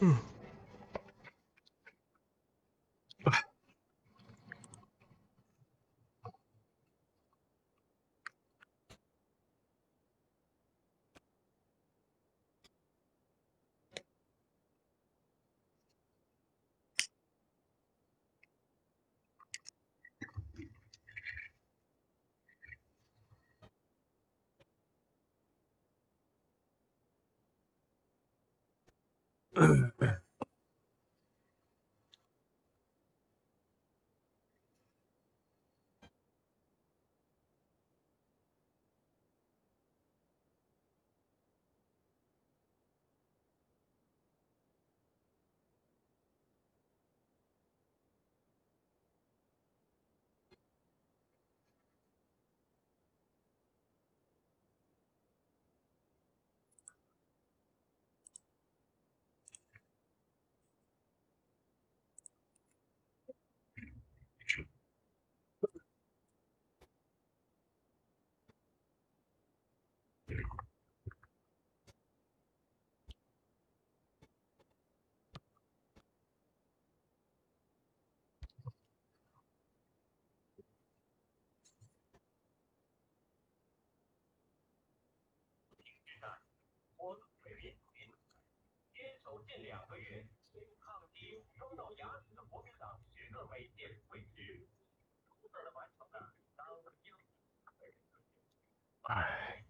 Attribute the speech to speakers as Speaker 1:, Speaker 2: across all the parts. Speaker 1: 嗯，哎，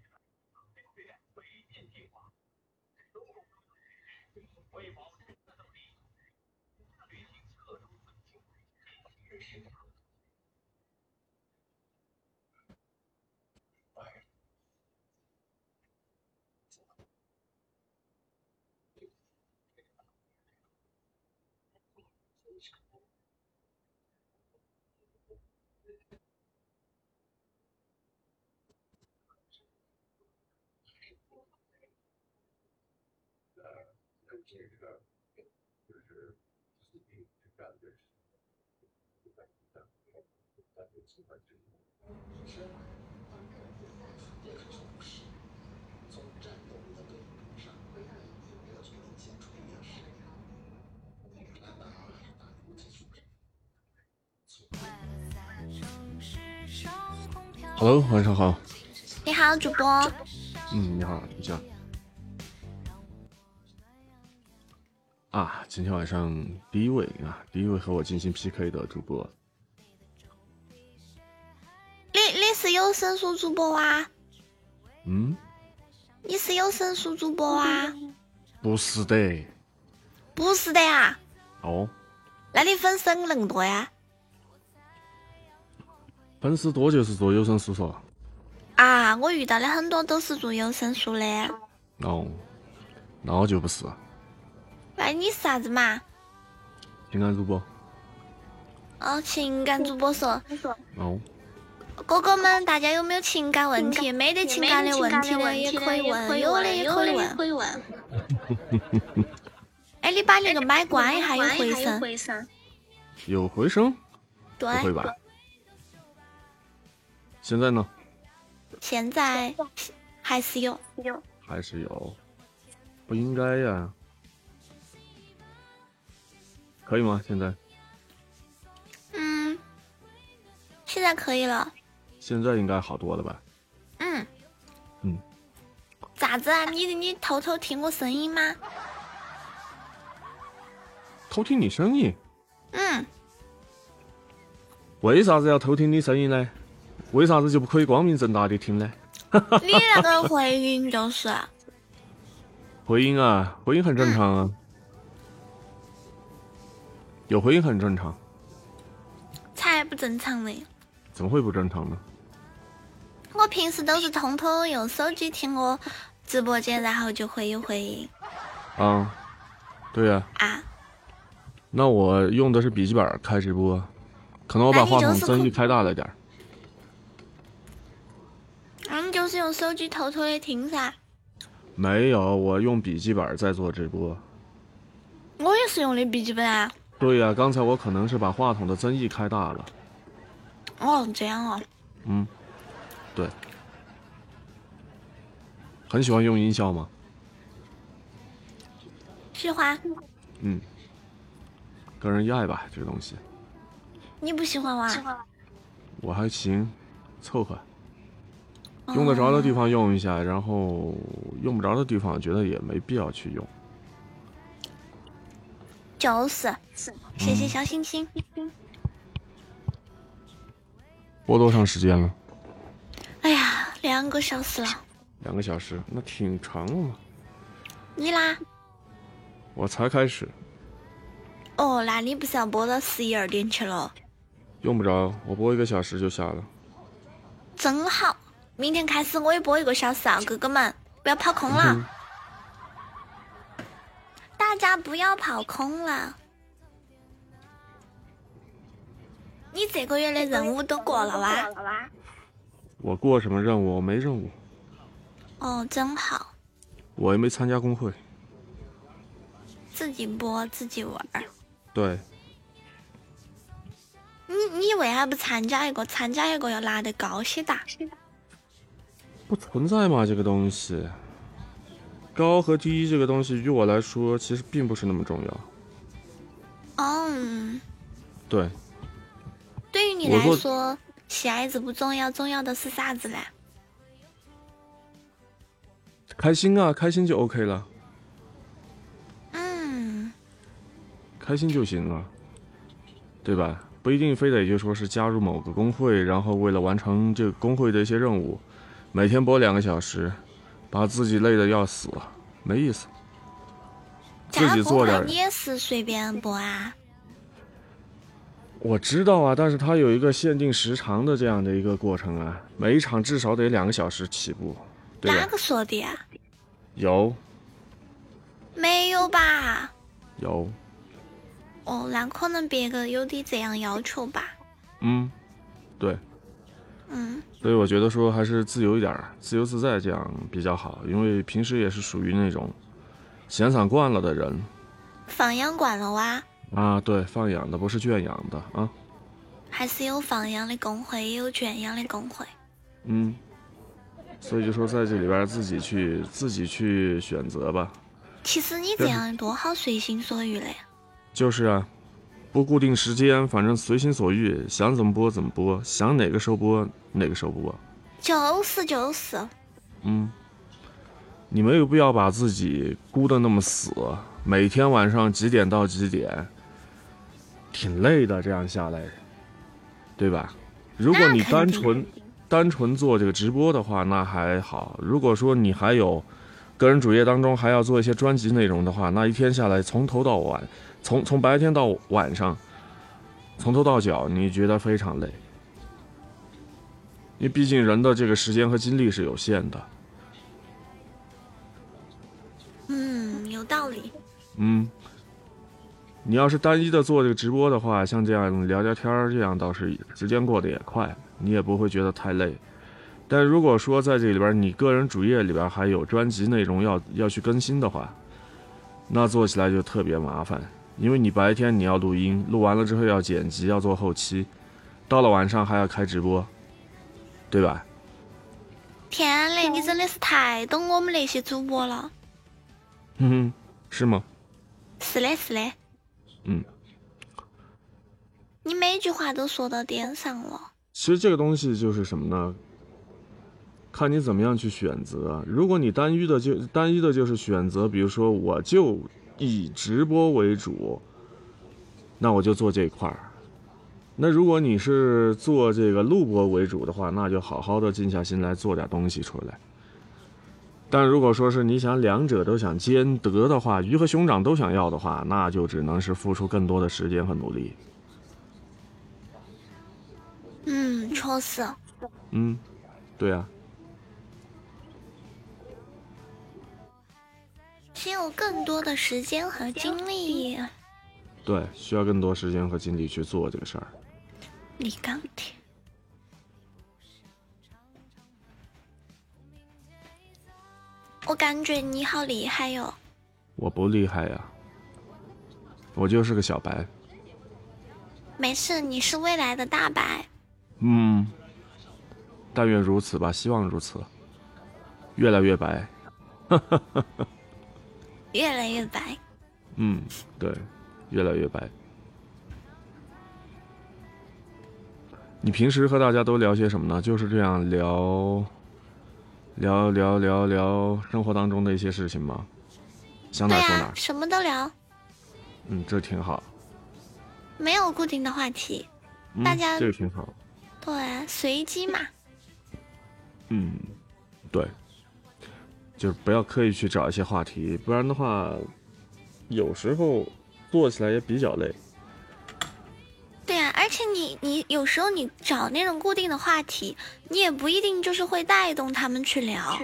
Speaker 2: Hello，晚上好。
Speaker 3: 你好，主播。
Speaker 2: 嗯，你好，你讲。啊，今天晚上第一位啊，第一位和我进行 PK 的主播。
Speaker 3: 你你是有申诉主播啊？
Speaker 2: 嗯，
Speaker 3: 你是有申诉主播啊？
Speaker 2: 不是的。
Speaker 3: 不是的呀。
Speaker 2: 哦，
Speaker 3: 那你粉丝恁多呀？
Speaker 2: 粉丝多就是做有声书嗦。
Speaker 3: 啊，我遇到的很多都是做有声书的。
Speaker 2: 哦，那我就不是。
Speaker 3: 那你是啥子嘛？
Speaker 2: 情感主播。
Speaker 3: 哦，情感主播说，
Speaker 2: 哦，
Speaker 3: 哥哥们，大家有没有情感问题？没得情感的问题的也可以问，有的也可以问。
Speaker 4: 以问。
Speaker 3: 哎，你把那个麦关一下，有回声。
Speaker 4: 回声。
Speaker 2: 有回声？
Speaker 3: 对
Speaker 2: 不，会吧？现在呢？
Speaker 3: 现在还是有。
Speaker 4: 有。
Speaker 2: 还是有？不应该呀。可以吗？现在？
Speaker 3: 嗯，现在可以了。
Speaker 2: 现在应该好多了吧？
Speaker 3: 嗯，
Speaker 2: 嗯，
Speaker 3: 咋子啊？你你偷偷听我声音吗？
Speaker 2: 偷听你声音，
Speaker 3: 嗯，
Speaker 2: 为啥子要偷听你声音呢？为啥子就不可以光明正大的听呢？
Speaker 3: 你那个回音就是，
Speaker 2: 回音啊，回音很正常啊，有回音很正常，
Speaker 3: 才不正常呢。
Speaker 2: 怎么会不正常呢？
Speaker 3: 我平时都是通通用手机听我直播间，然后就会有回音
Speaker 2: 啊，对呀、
Speaker 3: 啊。
Speaker 2: 那我用的是笔记本开直播，可能我把话筒声音开大了点儿。
Speaker 3: 嗯，就是用手机偷偷的听噻。
Speaker 2: 没有，我用笔记本在做直播。
Speaker 3: 我也是用的笔记本啊。
Speaker 2: 对呀、刚才我可能是把话筒的增益开大了。
Speaker 3: 哦，这样哦。
Speaker 2: 嗯，对。很喜欢用音效吗？
Speaker 3: 喜欢
Speaker 2: 嗯，个人热爱吧，这个东西。
Speaker 3: 你不喜欢玩？
Speaker 2: 我还行，凑合。用得着的地方用一下，然后用不着的地方觉得也没必要去用。
Speaker 3: 就是，谢谢小星星。
Speaker 2: 播多长时间了？
Speaker 3: 哎呀，两个小时了。
Speaker 2: 两个小时，那挺长了嘛。
Speaker 3: 你啦？
Speaker 2: 我才开始，
Speaker 3: 哦，那你不是要播到十一二点去了？
Speaker 2: 用不着，我播一个小时就下了。
Speaker 3: 真好，明天开始我也播一个小时啊，哥哥们不要跑空了，
Speaker 2: 嗯
Speaker 3: 大家不要跑空了。你这个月的任务都过了哇？
Speaker 1: 哇！
Speaker 2: 我过什么任务？我没任务，
Speaker 3: 哦，真好，
Speaker 2: 我也没参加工会。
Speaker 3: 自己播自己玩儿。
Speaker 2: 对，
Speaker 3: 你你为啥不参加一个？参加一个要拿得高些哒。
Speaker 2: 不存在嘛，这个东西。高和低这个东西，于我来说其实并不是那么重要。
Speaker 3: 哦，嗯
Speaker 2: 对，
Speaker 3: 对于你
Speaker 2: 我
Speaker 3: 来
Speaker 2: 说
Speaker 3: 说，喜爱值不重要，重要的是啥子呢？
Speaker 2: 开心啊，开心就 OK 了，
Speaker 3: 嗯，
Speaker 2: 开心就行了，对吧？不一定非得就说是加入某个工会，然后为了完成这个工会的一些任务，每天播两个小时，把自己累得要死了，没意思。自
Speaker 3: 加
Speaker 2: 己做
Speaker 3: 工
Speaker 2: 点
Speaker 3: 会
Speaker 2: 儿
Speaker 3: 你也是随便播啊？
Speaker 2: 我知道啊，但是它有一个限定时长的这样的一个过程啊，每一场至少得两个小时起步，对
Speaker 3: 哪
Speaker 2: 吧？
Speaker 3: 个说的呀？
Speaker 2: 有
Speaker 3: 没有吧？
Speaker 2: 有，
Speaker 3: 哦，那可能别个有的这样要求吧。
Speaker 2: 嗯，对，
Speaker 3: 嗯，
Speaker 2: 所以我觉得说还是自由一点儿，自由自在这样比较好，因为平时也是属于那种闲散惯了的人
Speaker 3: 放养惯了哇，
Speaker 2: 啊，对，放养的不是圈养的啊，
Speaker 3: 还是有放养的工会，也有圈养的工会。
Speaker 2: 嗯，所以就说在这里边儿自己去自己去选择吧，
Speaker 3: 其实你这样多好，随心所欲嘞。
Speaker 2: 就是啊，不固定时间，反正随心所欲，想怎么播怎么播，想哪个时候播哪个时候播。
Speaker 3: 就是就是，
Speaker 2: 嗯，你没有必要把自己箍得那么死，每天晚上几点到几点，挺累的，这样下来，对吧？如果你
Speaker 3: 那肯
Speaker 2: 单
Speaker 3: 定
Speaker 2: 纯单纯做这个直播的话，那还好；如果说你还有个人主页当中还要做一些专辑内容的话，那一天下来从头到晚，从从白天到晚上，从头到脚，你觉得非常累。因为毕竟人的这个时间和精力是有限的。
Speaker 3: 嗯，有道理。
Speaker 2: 嗯，你要是单一的做这个直播的话，像这样聊聊天儿，这样倒是时间过得也快，你也不会觉得太累。但如果说在这里边儿你个人主页里边儿还有专辑内容要要去更新的话，那做起来就特别麻烦，因为你白天你要录音，录完了之后要剪辑，要做后期，到了晚上还要开直播，对吧？
Speaker 3: 天嘞，你真的是太懂我们那些主播了。
Speaker 2: 哼哼，是吗？
Speaker 3: 是的，是的。
Speaker 2: 嗯。
Speaker 3: 你每句话都说到点上了。
Speaker 2: 其实这个东西就是什么呢？看你怎么样去选择。啊如果你单一的就单一的就是选择，比如说我就以直播为主，那我就做这一块儿。那如果你是做这个录播为主的话，那就好好的静下心来做点东西出来。但如果说是你想两者都想兼得的话，鱼和熊掌都想要的话，那就只能是付出更多的时间和努力。
Speaker 3: 嗯，确实。
Speaker 2: 嗯，对啊。
Speaker 3: 先有更多的时间和精力。啊
Speaker 2: 对，需要更多时间和精力去做这个事儿。
Speaker 3: 李钢铁。我感觉你好厉害哟、
Speaker 2: 我不厉害呀，我就是个小白。
Speaker 3: 没事，你是未来的大白。
Speaker 2: 嗯，但愿如此吧，希望如此，越来越白。
Speaker 3: 越来越白。
Speaker 2: 嗯，对，越来越白。你平时和大家都聊些什么呢？就是这样聊，聊聊聊聊生活当中的一些事情吗？想哪
Speaker 3: 对
Speaker 2: 说
Speaker 3: 呀、
Speaker 2: 哪。
Speaker 3: 什么都聊，
Speaker 2: 嗯，这挺好。
Speaker 3: 没有固定的话题，
Speaker 2: 嗯
Speaker 3: 大家
Speaker 2: 这个挺好。
Speaker 3: 对，啊随机嘛。
Speaker 2: 嗯，对，就是不要刻意去找一些话题，不然的话，有时候做起来也比较累。
Speaker 3: 对呀、而且你你有时候你找那种固定的话题，你也不一定就是会带动他们去聊。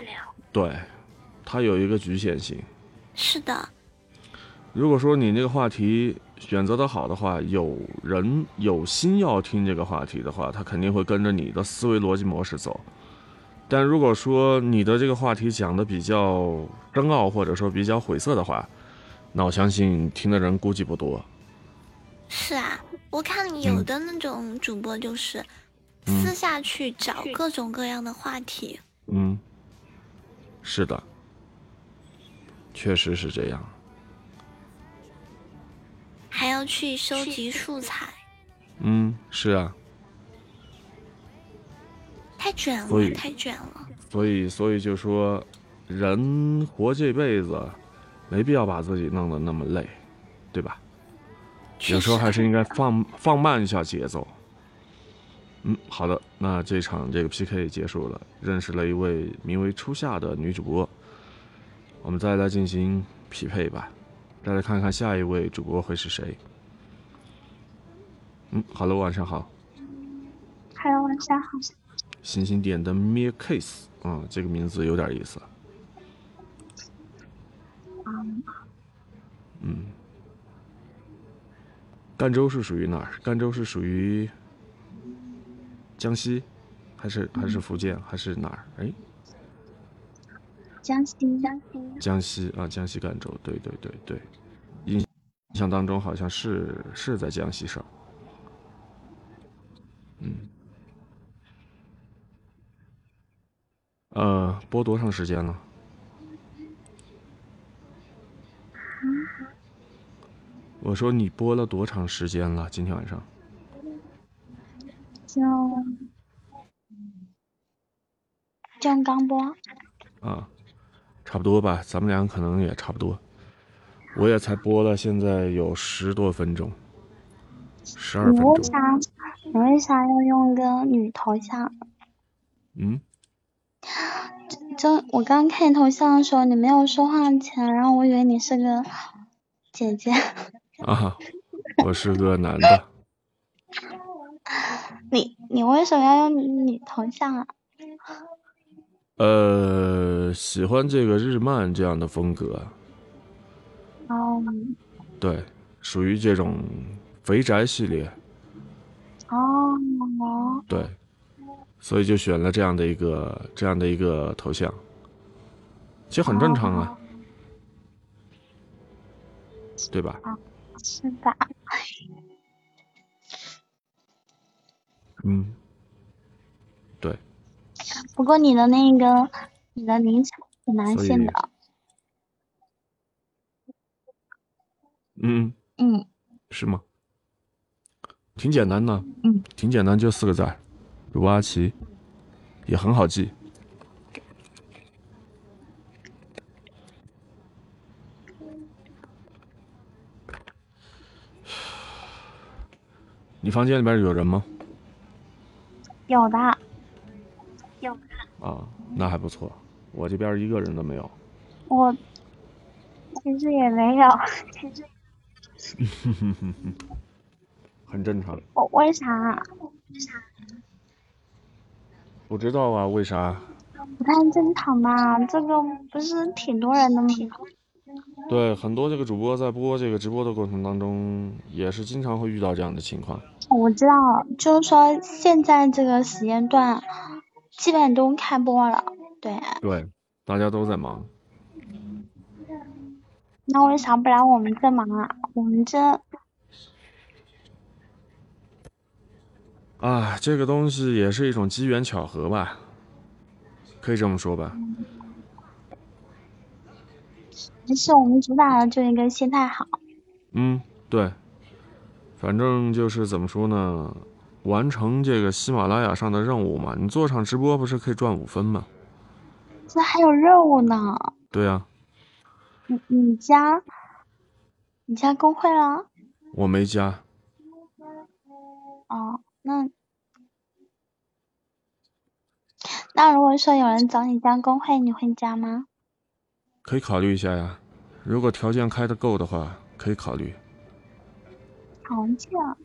Speaker 2: 对，它有一个局限性。
Speaker 3: 是的，
Speaker 2: 如果说你那个话题选择的好的话，有人有心要听这个话题的话，他肯定会跟着你的思维逻辑模式走。但如果说你的这个话题讲的比较深奥，或者说比较晦涩的话，那我相信听的人估计不多。
Speaker 3: 是啊，我看有的那种主播就是
Speaker 2: 嗯
Speaker 3: 私下去找各种各样的话题。
Speaker 2: 嗯，是的，确实是这样。
Speaker 3: 还要去收集素材，
Speaker 2: 嗯，是啊，
Speaker 3: 太卷
Speaker 2: 所以
Speaker 3: 了，太卷了。
Speaker 2: 所以所以就说，人活这辈子，没必要把自己弄得那么累，对吧？有时候还是应该放放慢一下节奏。嗯，好的，那这场这个 PK 结束了，认识了一位名为初夏的女主播，我们再来进行匹配吧，再来看看下一位主播会是谁。嗯哈喽，晚上好，
Speaker 1: 还有晚上好，
Speaker 2: 星星点的 Mir Case 啊、这个名字有点意思。嗯，赣州是属于哪儿？赣州是属于江西，还是
Speaker 1: 嗯
Speaker 2: 还是福建，还是哪儿？哎，
Speaker 1: 江西，江西，
Speaker 2: 江西啊，江西赣州，对对对对，印象当中好像是是在江西省。嗯，呃，播多长时间了？我说你播了多长时间了？今天晚上
Speaker 1: 就正刚播，
Speaker 2: 啊，差不多吧，咱们俩可能也差不多。我也才播了，现在有十多分钟，十二分
Speaker 1: 你为
Speaker 2: 钟。
Speaker 1: 啥你为啥要用一个女头像？
Speaker 2: 嗯，
Speaker 1: 就我刚看你头像的时候，你没有说话前，然后我以为你是个姐姐。
Speaker 2: 啊，我是个男的，
Speaker 1: 你你为什么要用女头像啊？
Speaker 2: 呃，喜欢这个日漫这样的风格，
Speaker 1: 哦
Speaker 2: 对，属于这种肥宅系列，
Speaker 1: 哦哦
Speaker 2: 对，所以就选了这样的一个这样的一个头像，其实很正常啊，对吧？
Speaker 1: 是吧？
Speaker 2: 嗯，对，
Speaker 1: 不过你的那个你的灵感挺男
Speaker 2: 所
Speaker 1: 性
Speaker 2: 以
Speaker 1: 的，
Speaker 2: 嗯，
Speaker 1: 嗯
Speaker 2: 是吗？挺简单的，
Speaker 1: 嗯，
Speaker 2: 挺简单，就四个字儿，鲁阿奇，也很好记，你房间里边有人吗？
Speaker 1: 有的。
Speaker 2: 啊，那还不错，我这边一个人都没有。
Speaker 1: 我其实也没有，
Speaker 2: 很正常。
Speaker 1: 我啊为啥
Speaker 2: 不知道啊，为啥？
Speaker 1: 不太正常吧？这个不是挺多人的吗？
Speaker 2: 对，很多这个主播在播这个直播的过程当中，也是经常会遇到这样的情况。
Speaker 1: 我知道，就是说现在这个时间段基本都开播了，对。
Speaker 2: 对，大家都在忙。
Speaker 1: 那为啥不来我们这忙啊？我们这
Speaker 2: 啊，这个东西也是一种机缘巧合吧，可以这么说吧。
Speaker 1: 还是我们主打的就一个心态好，
Speaker 2: 嗯，对，反正就是怎么说呢，完成这个喜马拉雅上的任务嘛。你做场直播不是可以赚五分吗？
Speaker 1: 这还有任务呢。
Speaker 2: 对呀、
Speaker 1: 你你加，你加公会了？
Speaker 2: 我没加，
Speaker 1: 哦，那那如果说有人找你加公会，你会加吗？
Speaker 2: 可以考虑一下呀。如果条件开的够的话，可以考虑。
Speaker 1: 好像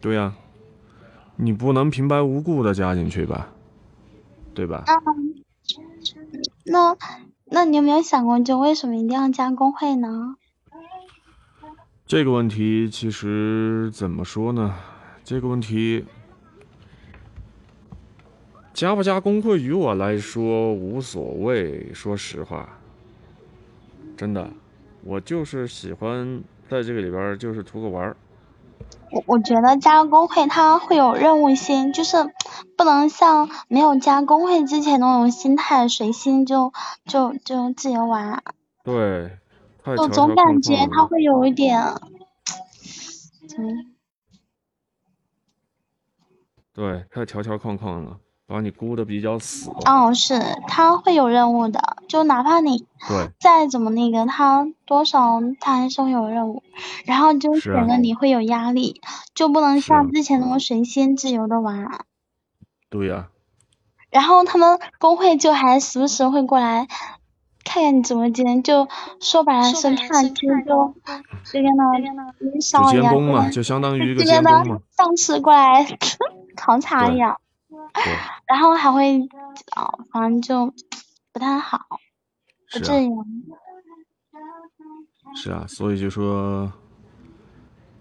Speaker 2: 对呀、你不能平白无故的加进去吧？对吧？
Speaker 1: 嗯那那你有没有想过，就为什么一定要加公会呢？
Speaker 2: 这个问题其实怎么说呢？这个问题加不加工会于我来说无所谓，说实话，真的，我就是喜欢在这个里边儿就是图个玩儿。
Speaker 1: 我我觉得加入工会它会有任务心，就是不能像没有加工会之前那种心态随心就就就自由玩，啊
Speaker 2: 对，太条
Speaker 1: 就
Speaker 2: 条
Speaker 1: 哦总
Speaker 2: 框
Speaker 1: 感觉
Speaker 2: 框
Speaker 1: 它
Speaker 2: 了。
Speaker 1: 会有一点，嗯怎么
Speaker 2: 对，太条条框框了，把你箍得比较死。
Speaker 1: 哦，是它会有任务的，就哪怕你
Speaker 2: 对，
Speaker 1: 再怎么那个，它多少它还是会有任务，然后就是
Speaker 2: 啊
Speaker 1: 显得你会有压力，就不能
Speaker 2: 是啊
Speaker 1: 像之前那么随心自由的玩。
Speaker 2: 对呀、
Speaker 1: 然后他们工会就还时不时会过来看看你直播间，就说白了
Speaker 3: 说
Speaker 1: 生
Speaker 3: 白了
Speaker 1: 怕
Speaker 3: 生
Speaker 1: 就
Speaker 3: 怕嗯
Speaker 1: 就就跟那跟
Speaker 2: 就
Speaker 1: 烧一
Speaker 2: 监
Speaker 1: 样，
Speaker 2: 工嘛，
Speaker 1: 跟
Speaker 2: 就相当于一个
Speaker 1: 就跟
Speaker 2: 监
Speaker 1: 那
Speaker 2: 工嘛。
Speaker 1: 上司过来 考察
Speaker 2: 对
Speaker 1: 一样，
Speaker 2: 对，
Speaker 1: 然后还会哦，反正就不太好，不
Speaker 2: 是
Speaker 1: 至
Speaker 2: 啊。
Speaker 1: 于。
Speaker 2: 是啊，所以就说，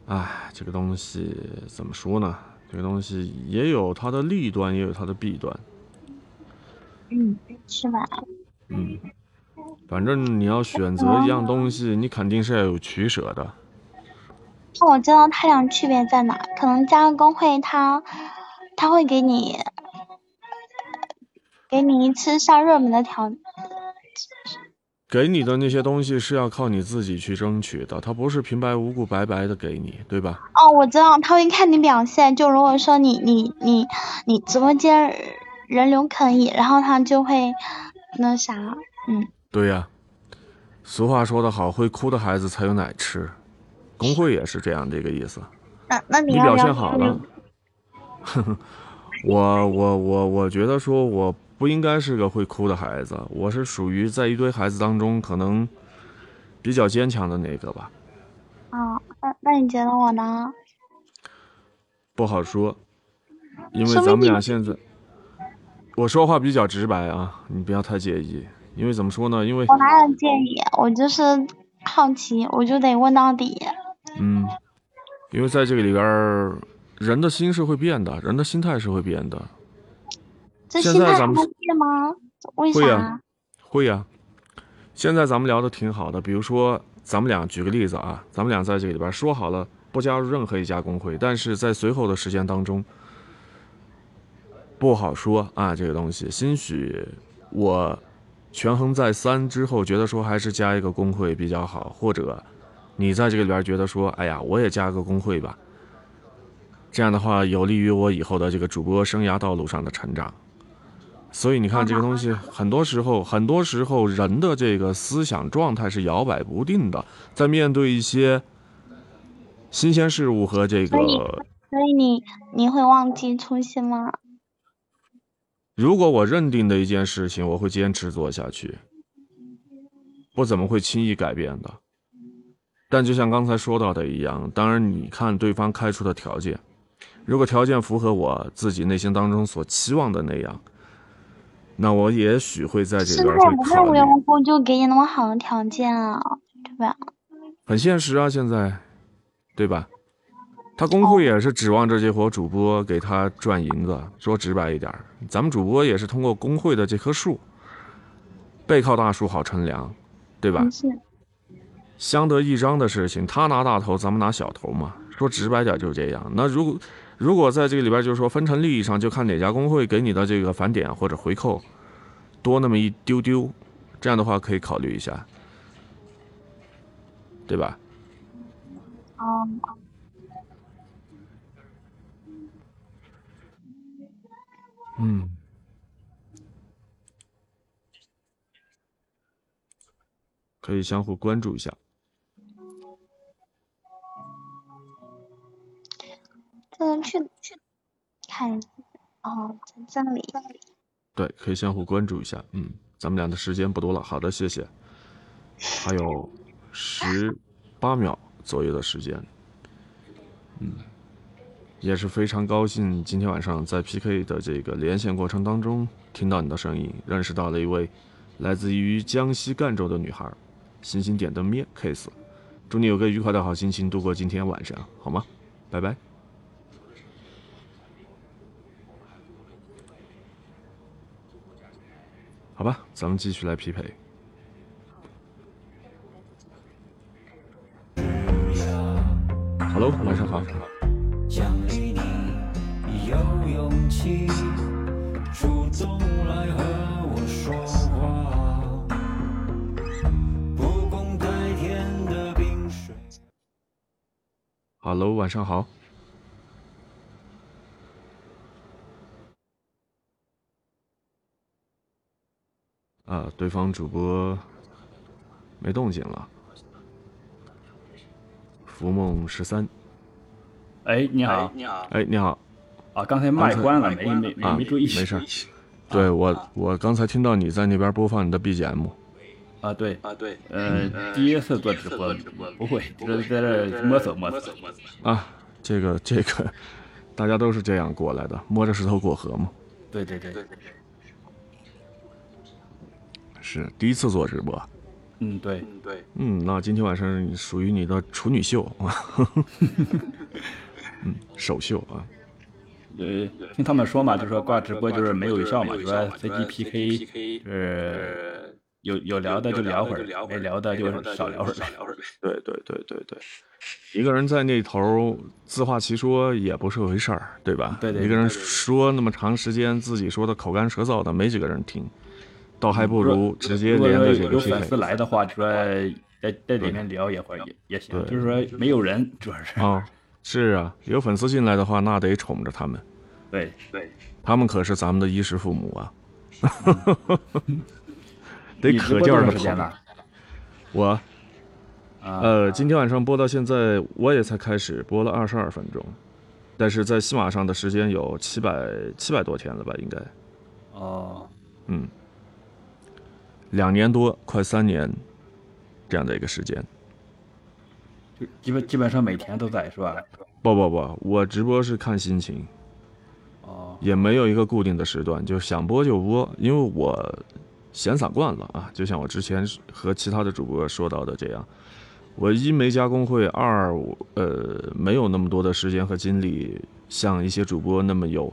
Speaker 2: 哎，这个东西怎么说呢？这个东西也有它的利端，也有它的弊端。
Speaker 1: 嗯，是吧？
Speaker 2: 嗯，反正你要选择一样东西，你肯定是要有取舍的。
Speaker 1: 那我知道它俩区别在哪，可能加入工会它它会给你给你一次上热门的条
Speaker 2: 给你的那些东西是要靠你自己去争取的，它不是平白无故白白的给你，对吧？
Speaker 1: 哦，我知道，他会看你表现。就如果说你你你你直播间人流可以，然后他就会那啥，嗯，
Speaker 2: 对呀、俗话说得好，会哭的孩子才有奶吃，工会也是这样的一个意思。
Speaker 1: 那那你
Speaker 2: 你表
Speaker 1: 要不要
Speaker 2: 现好了。我我我我觉得说我不应该是个会哭的孩子，我是属于在一堆孩子当中可能比较坚强的那个吧，
Speaker 1: 啊、那那你觉得我呢？
Speaker 2: 不好说，因为
Speaker 1: 说明
Speaker 2: 咱们
Speaker 1: 你
Speaker 2: 俩现在我说话比较直白啊，你不要太介意，因为怎么说呢？因为
Speaker 1: 我哪有建议？我就是好奇，我就得问到底。
Speaker 2: 嗯，因为在这个里边儿，人的心是会变的，人的心态是会变的，
Speaker 1: 这
Speaker 2: 现
Speaker 1: 心
Speaker 2: 在
Speaker 1: 态
Speaker 2: 咱
Speaker 1: 还
Speaker 2: 们
Speaker 1: 能变吗？为
Speaker 2: 会
Speaker 1: 啥？
Speaker 2: 呀会呀、现在咱们聊的挺好的，比如说咱们俩举个例子啊，咱们俩在这个里边说好了不加入任何一家工会，但是在随后的时间当中，不好说啊这个东西，兴许我权衡再三之后，觉得说还是加一个工会比较好，或者你在这个里边觉得说，哎呀，我也加个工会吧，这样的话有利于我以后的这个主播生涯道路上的成长。所以你看，这个东西很多时候，很多时候人的这个思想状态是摇摆不定的，在面对一些新鲜事物和这
Speaker 1: 所以
Speaker 2: 个，
Speaker 1: 所以你你会忘记初心吗？
Speaker 2: 如果我认定的一件事情，我会坚持做下去，不怎么会轻易改变的。但就像刚才说到的一样，当然你看对方开出的条件，如果条件符合我自己内心当中所期望的那样，那我也许会在这
Speaker 1: 现
Speaker 2: 边
Speaker 1: 在
Speaker 2: 会
Speaker 1: 不是
Speaker 2: 考虑
Speaker 1: 无缘。无故就给你那么好的条件啊，对吧？
Speaker 2: 很现实啊，现在，对吧？他工会也是指望着这伙主播给他赚银子。说直白一点儿，咱们主播也是通过工会的这棵树，背靠大树好乘凉，对吧
Speaker 1: 不？是。
Speaker 2: 相得益彰的事情，他拿大头，咱们拿小头嘛。说直白点儿就是这样。那如果如果在这个里边，就是说分成利益上，就看哪家工会给你的这个返点或者回扣多那么一丢丢，这样的话可以考虑一下，对吧？
Speaker 1: 嗯，
Speaker 2: 嗯，可以相互关注一下。
Speaker 1: 这个去去看一下，哦，在这里，
Speaker 2: 对，可以相互关注一下。嗯，咱们俩的时间不多了，好的，谢谢。还有十八秒左右的时间，嗯，嗯也是非常高兴今天晚上在 PK 的这个连线过程当中听到你的声音，认识到了一位来自于江西赣州的女孩，星星点灯灭 Kiss，祝你有个愉快的好心情度过今天晚上，好吗？拜拜。好吧，咱们继续来匹配。Hello，晚上好。
Speaker 4: 奖励你有勇气，主动来和我说话，不共戴天的冰水。
Speaker 2: Hello，晚上好。啊，对方主播没动静了。浮梦十三，
Speaker 5: 哎，你好
Speaker 2: 哎，你好
Speaker 5: 啊！刚才麦关了，没没
Speaker 2: 啊，
Speaker 5: 没没注意，
Speaker 2: 没事儿。对我，我刚才听到你在那边播放你的 BGM，
Speaker 5: 啊！对，
Speaker 4: 啊，对，
Speaker 5: 呃，第一次做直播，不会，就是在这摸索摸索。
Speaker 2: 啊，这个这个， 大家都是这样过来的，摸着石头过河嘛。
Speaker 5: 对对对，
Speaker 2: 是第一次做直播，
Speaker 5: 嗯对，
Speaker 4: 嗯，对，
Speaker 2: 嗯，那今天晚上属于你的处女秀啊， 嗯，首秀啊，
Speaker 5: 呃，听他们说嘛，就说挂直播就是没有效嘛，
Speaker 4: 没有
Speaker 5: 说
Speaker 4: 效
Speaker 5: 随
Speaker 4: 嘛
Speaker 5: 机 PK，呃，有有聊的就聊会儿，没聊的就少聊会儿。
Speaker 2: 对对对对对，一个人在那头自话其说也不是回事儿，对吧？
Speaker 5: 对对对
Speaker 2: 一个人说那么长时间，自己说的口干舌燥的，没几个人听，倒还不
Speaker 5: 如
Speaker 2: 如直接
Speaker 5: 如果
Speaker 2: 连
Speaker 5: 说
Speaker 2: 着这
Speaker 5: 有
Speaker 2: 个
Speaker 5: 有粉丝
Speaker 2: PK
Speaker 5: 来的话，就说在在里面聊一会儿也也行，
Speaker 2: 对
Speaker 5: 就是说没有人，主要是
Speaker 2: 啊，是啊，有粉丝进来的话，那得宠着他们，
Speaker 5: 对
Speaker 2: 他们可是咱们的衣食父母啊，得
Speaker 5: 你嗯直
Speaker 2: 可
Speaker 5: 播
Speaker 2: 劲
Speaker 5: 多
Speaker 2: 儿的
Speaker 5: 长时
Speaker 2: 捧
Speaker 5: 间。了？
Speaker 2: 我
Speaker 5: 啊，
Speaker 2: 呃，今天晚上播到现在，我也才开始播了二十二分钟，但是在西马上的时间有七百七百多天了吧，应该
Speaker 5: 哦，
Speaker 2: 两年多，快三年这样的一个时间。
Speaker 5: 就基本基本上每天都在是吧？
Speaker 2: 不不不，我直播是看心情，
Speaker 5: 哦，
Speaker 2: 也没有一个固定的时段，就是想播就播，因为我闲散惯了啊。就像我之前和其他的主播说到的这样，我一没加工会，二我呃没有那么多的时间和精力，像一些主播那么有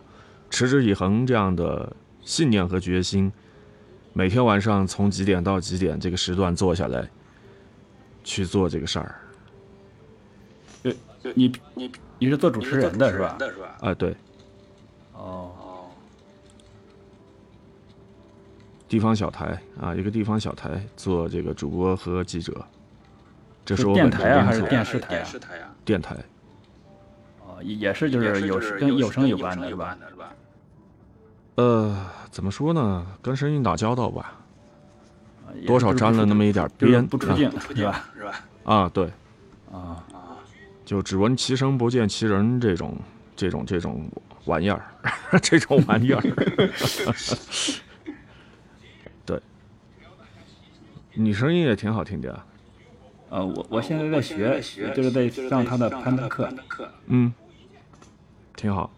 Speaker 2: 持之以恒这样的信念和决心，每天晚上从几点到几点这个时段坐下来去做这个事儿。
Speaker 5: 你你你是做主持人的是吧？
Speaker 2: 啊、对，
Speaker 5: 哦，
Speaker 2: 地方小台啊，一个地方小台做这个主播和记者，这
Speaker 5: 是
Speaker 2: 是我
Speaker 5: 电
Speaker 2: 本职
Speaker 5: 台啊
Speaker 2: 工
Speaker 5: 还是
Speaker 2: 作
Speaker 5: 电视台啊？
Speaker 2: 电台？
Speaker 5: 哦，也也是就是有声跟有声有关的是吧？
Speaker 2: 呃，怎么说呢？跟声音打交道吧，
Speaker 5: 啊也
Speaker 2: 多少
Speaker 5: 就是
Speaker 2: 沾
Speaker 5: 不
Speaker 2: 了
Speaker 5: 出
Speaker 2: 那么一点
Speaker 5: 就是
Speaker 2: 边
Speaker 5: 不出镜是吧？
Speaker 2: 啊。对，
Speaker 5: 啊，
Speaker 2: 就只闻其声不见其人这种这种这种玩意儿， 这种玩意儿。 对，你声音也挺好听的啊。
Speaker 5: 呃，我我现在在学，就是在上他的攀登课。
Speaker 2: 嗯，挺好。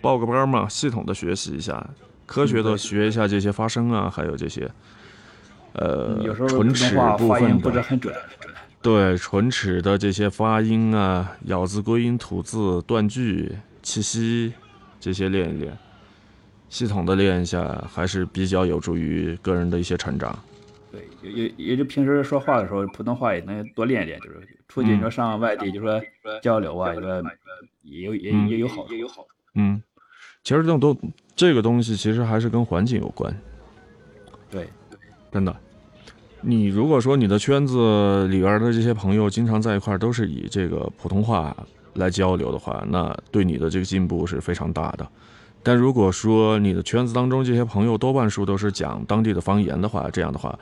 Speaker 2: 报个班儿嘛，系统的学习一下，科
Speaker 5: 嗯
Speaker 2: 学的学一下这些发声啊，还有这些，呃，
Speaker 5: 嗯有时候
Speaker 2: 唇
Speaker 5: 普
Speaker 2: 齿
Speaker 5: 通话
Speaker 2: 部
Speaker 5: 发音
Speaker 2: 分
Speaker 5: 不是
Speaker 2: 的，
Speaker 5: 很准，
Speaker 2: 对唇齿的这些发音啊，咬字、归音、吐字、断句、气息这些练一练，系统的练一下，还是比较有助于个人的一些成长。
Speaker 5: 对，也也也就平时说话的时候，普通话也能多练一练，就是出去你
Speaker 2: 嗯
Speaker 5: 说上外地，就说交流啊，就说也有也也有好处。
Speaker 2: 嗯，其实这种都这个东西其实还是跟环境有关，
Speaker 5: 对，
Speaker 2: 真的。你如果说你的圈子里边的这些朋友经常在一块儿，都是以这个普通话来交流的话，那对你的这个进步是非常大的。但如果说你的圈子当中这些朋友多半数都是讲当地的方言的话，这样的话，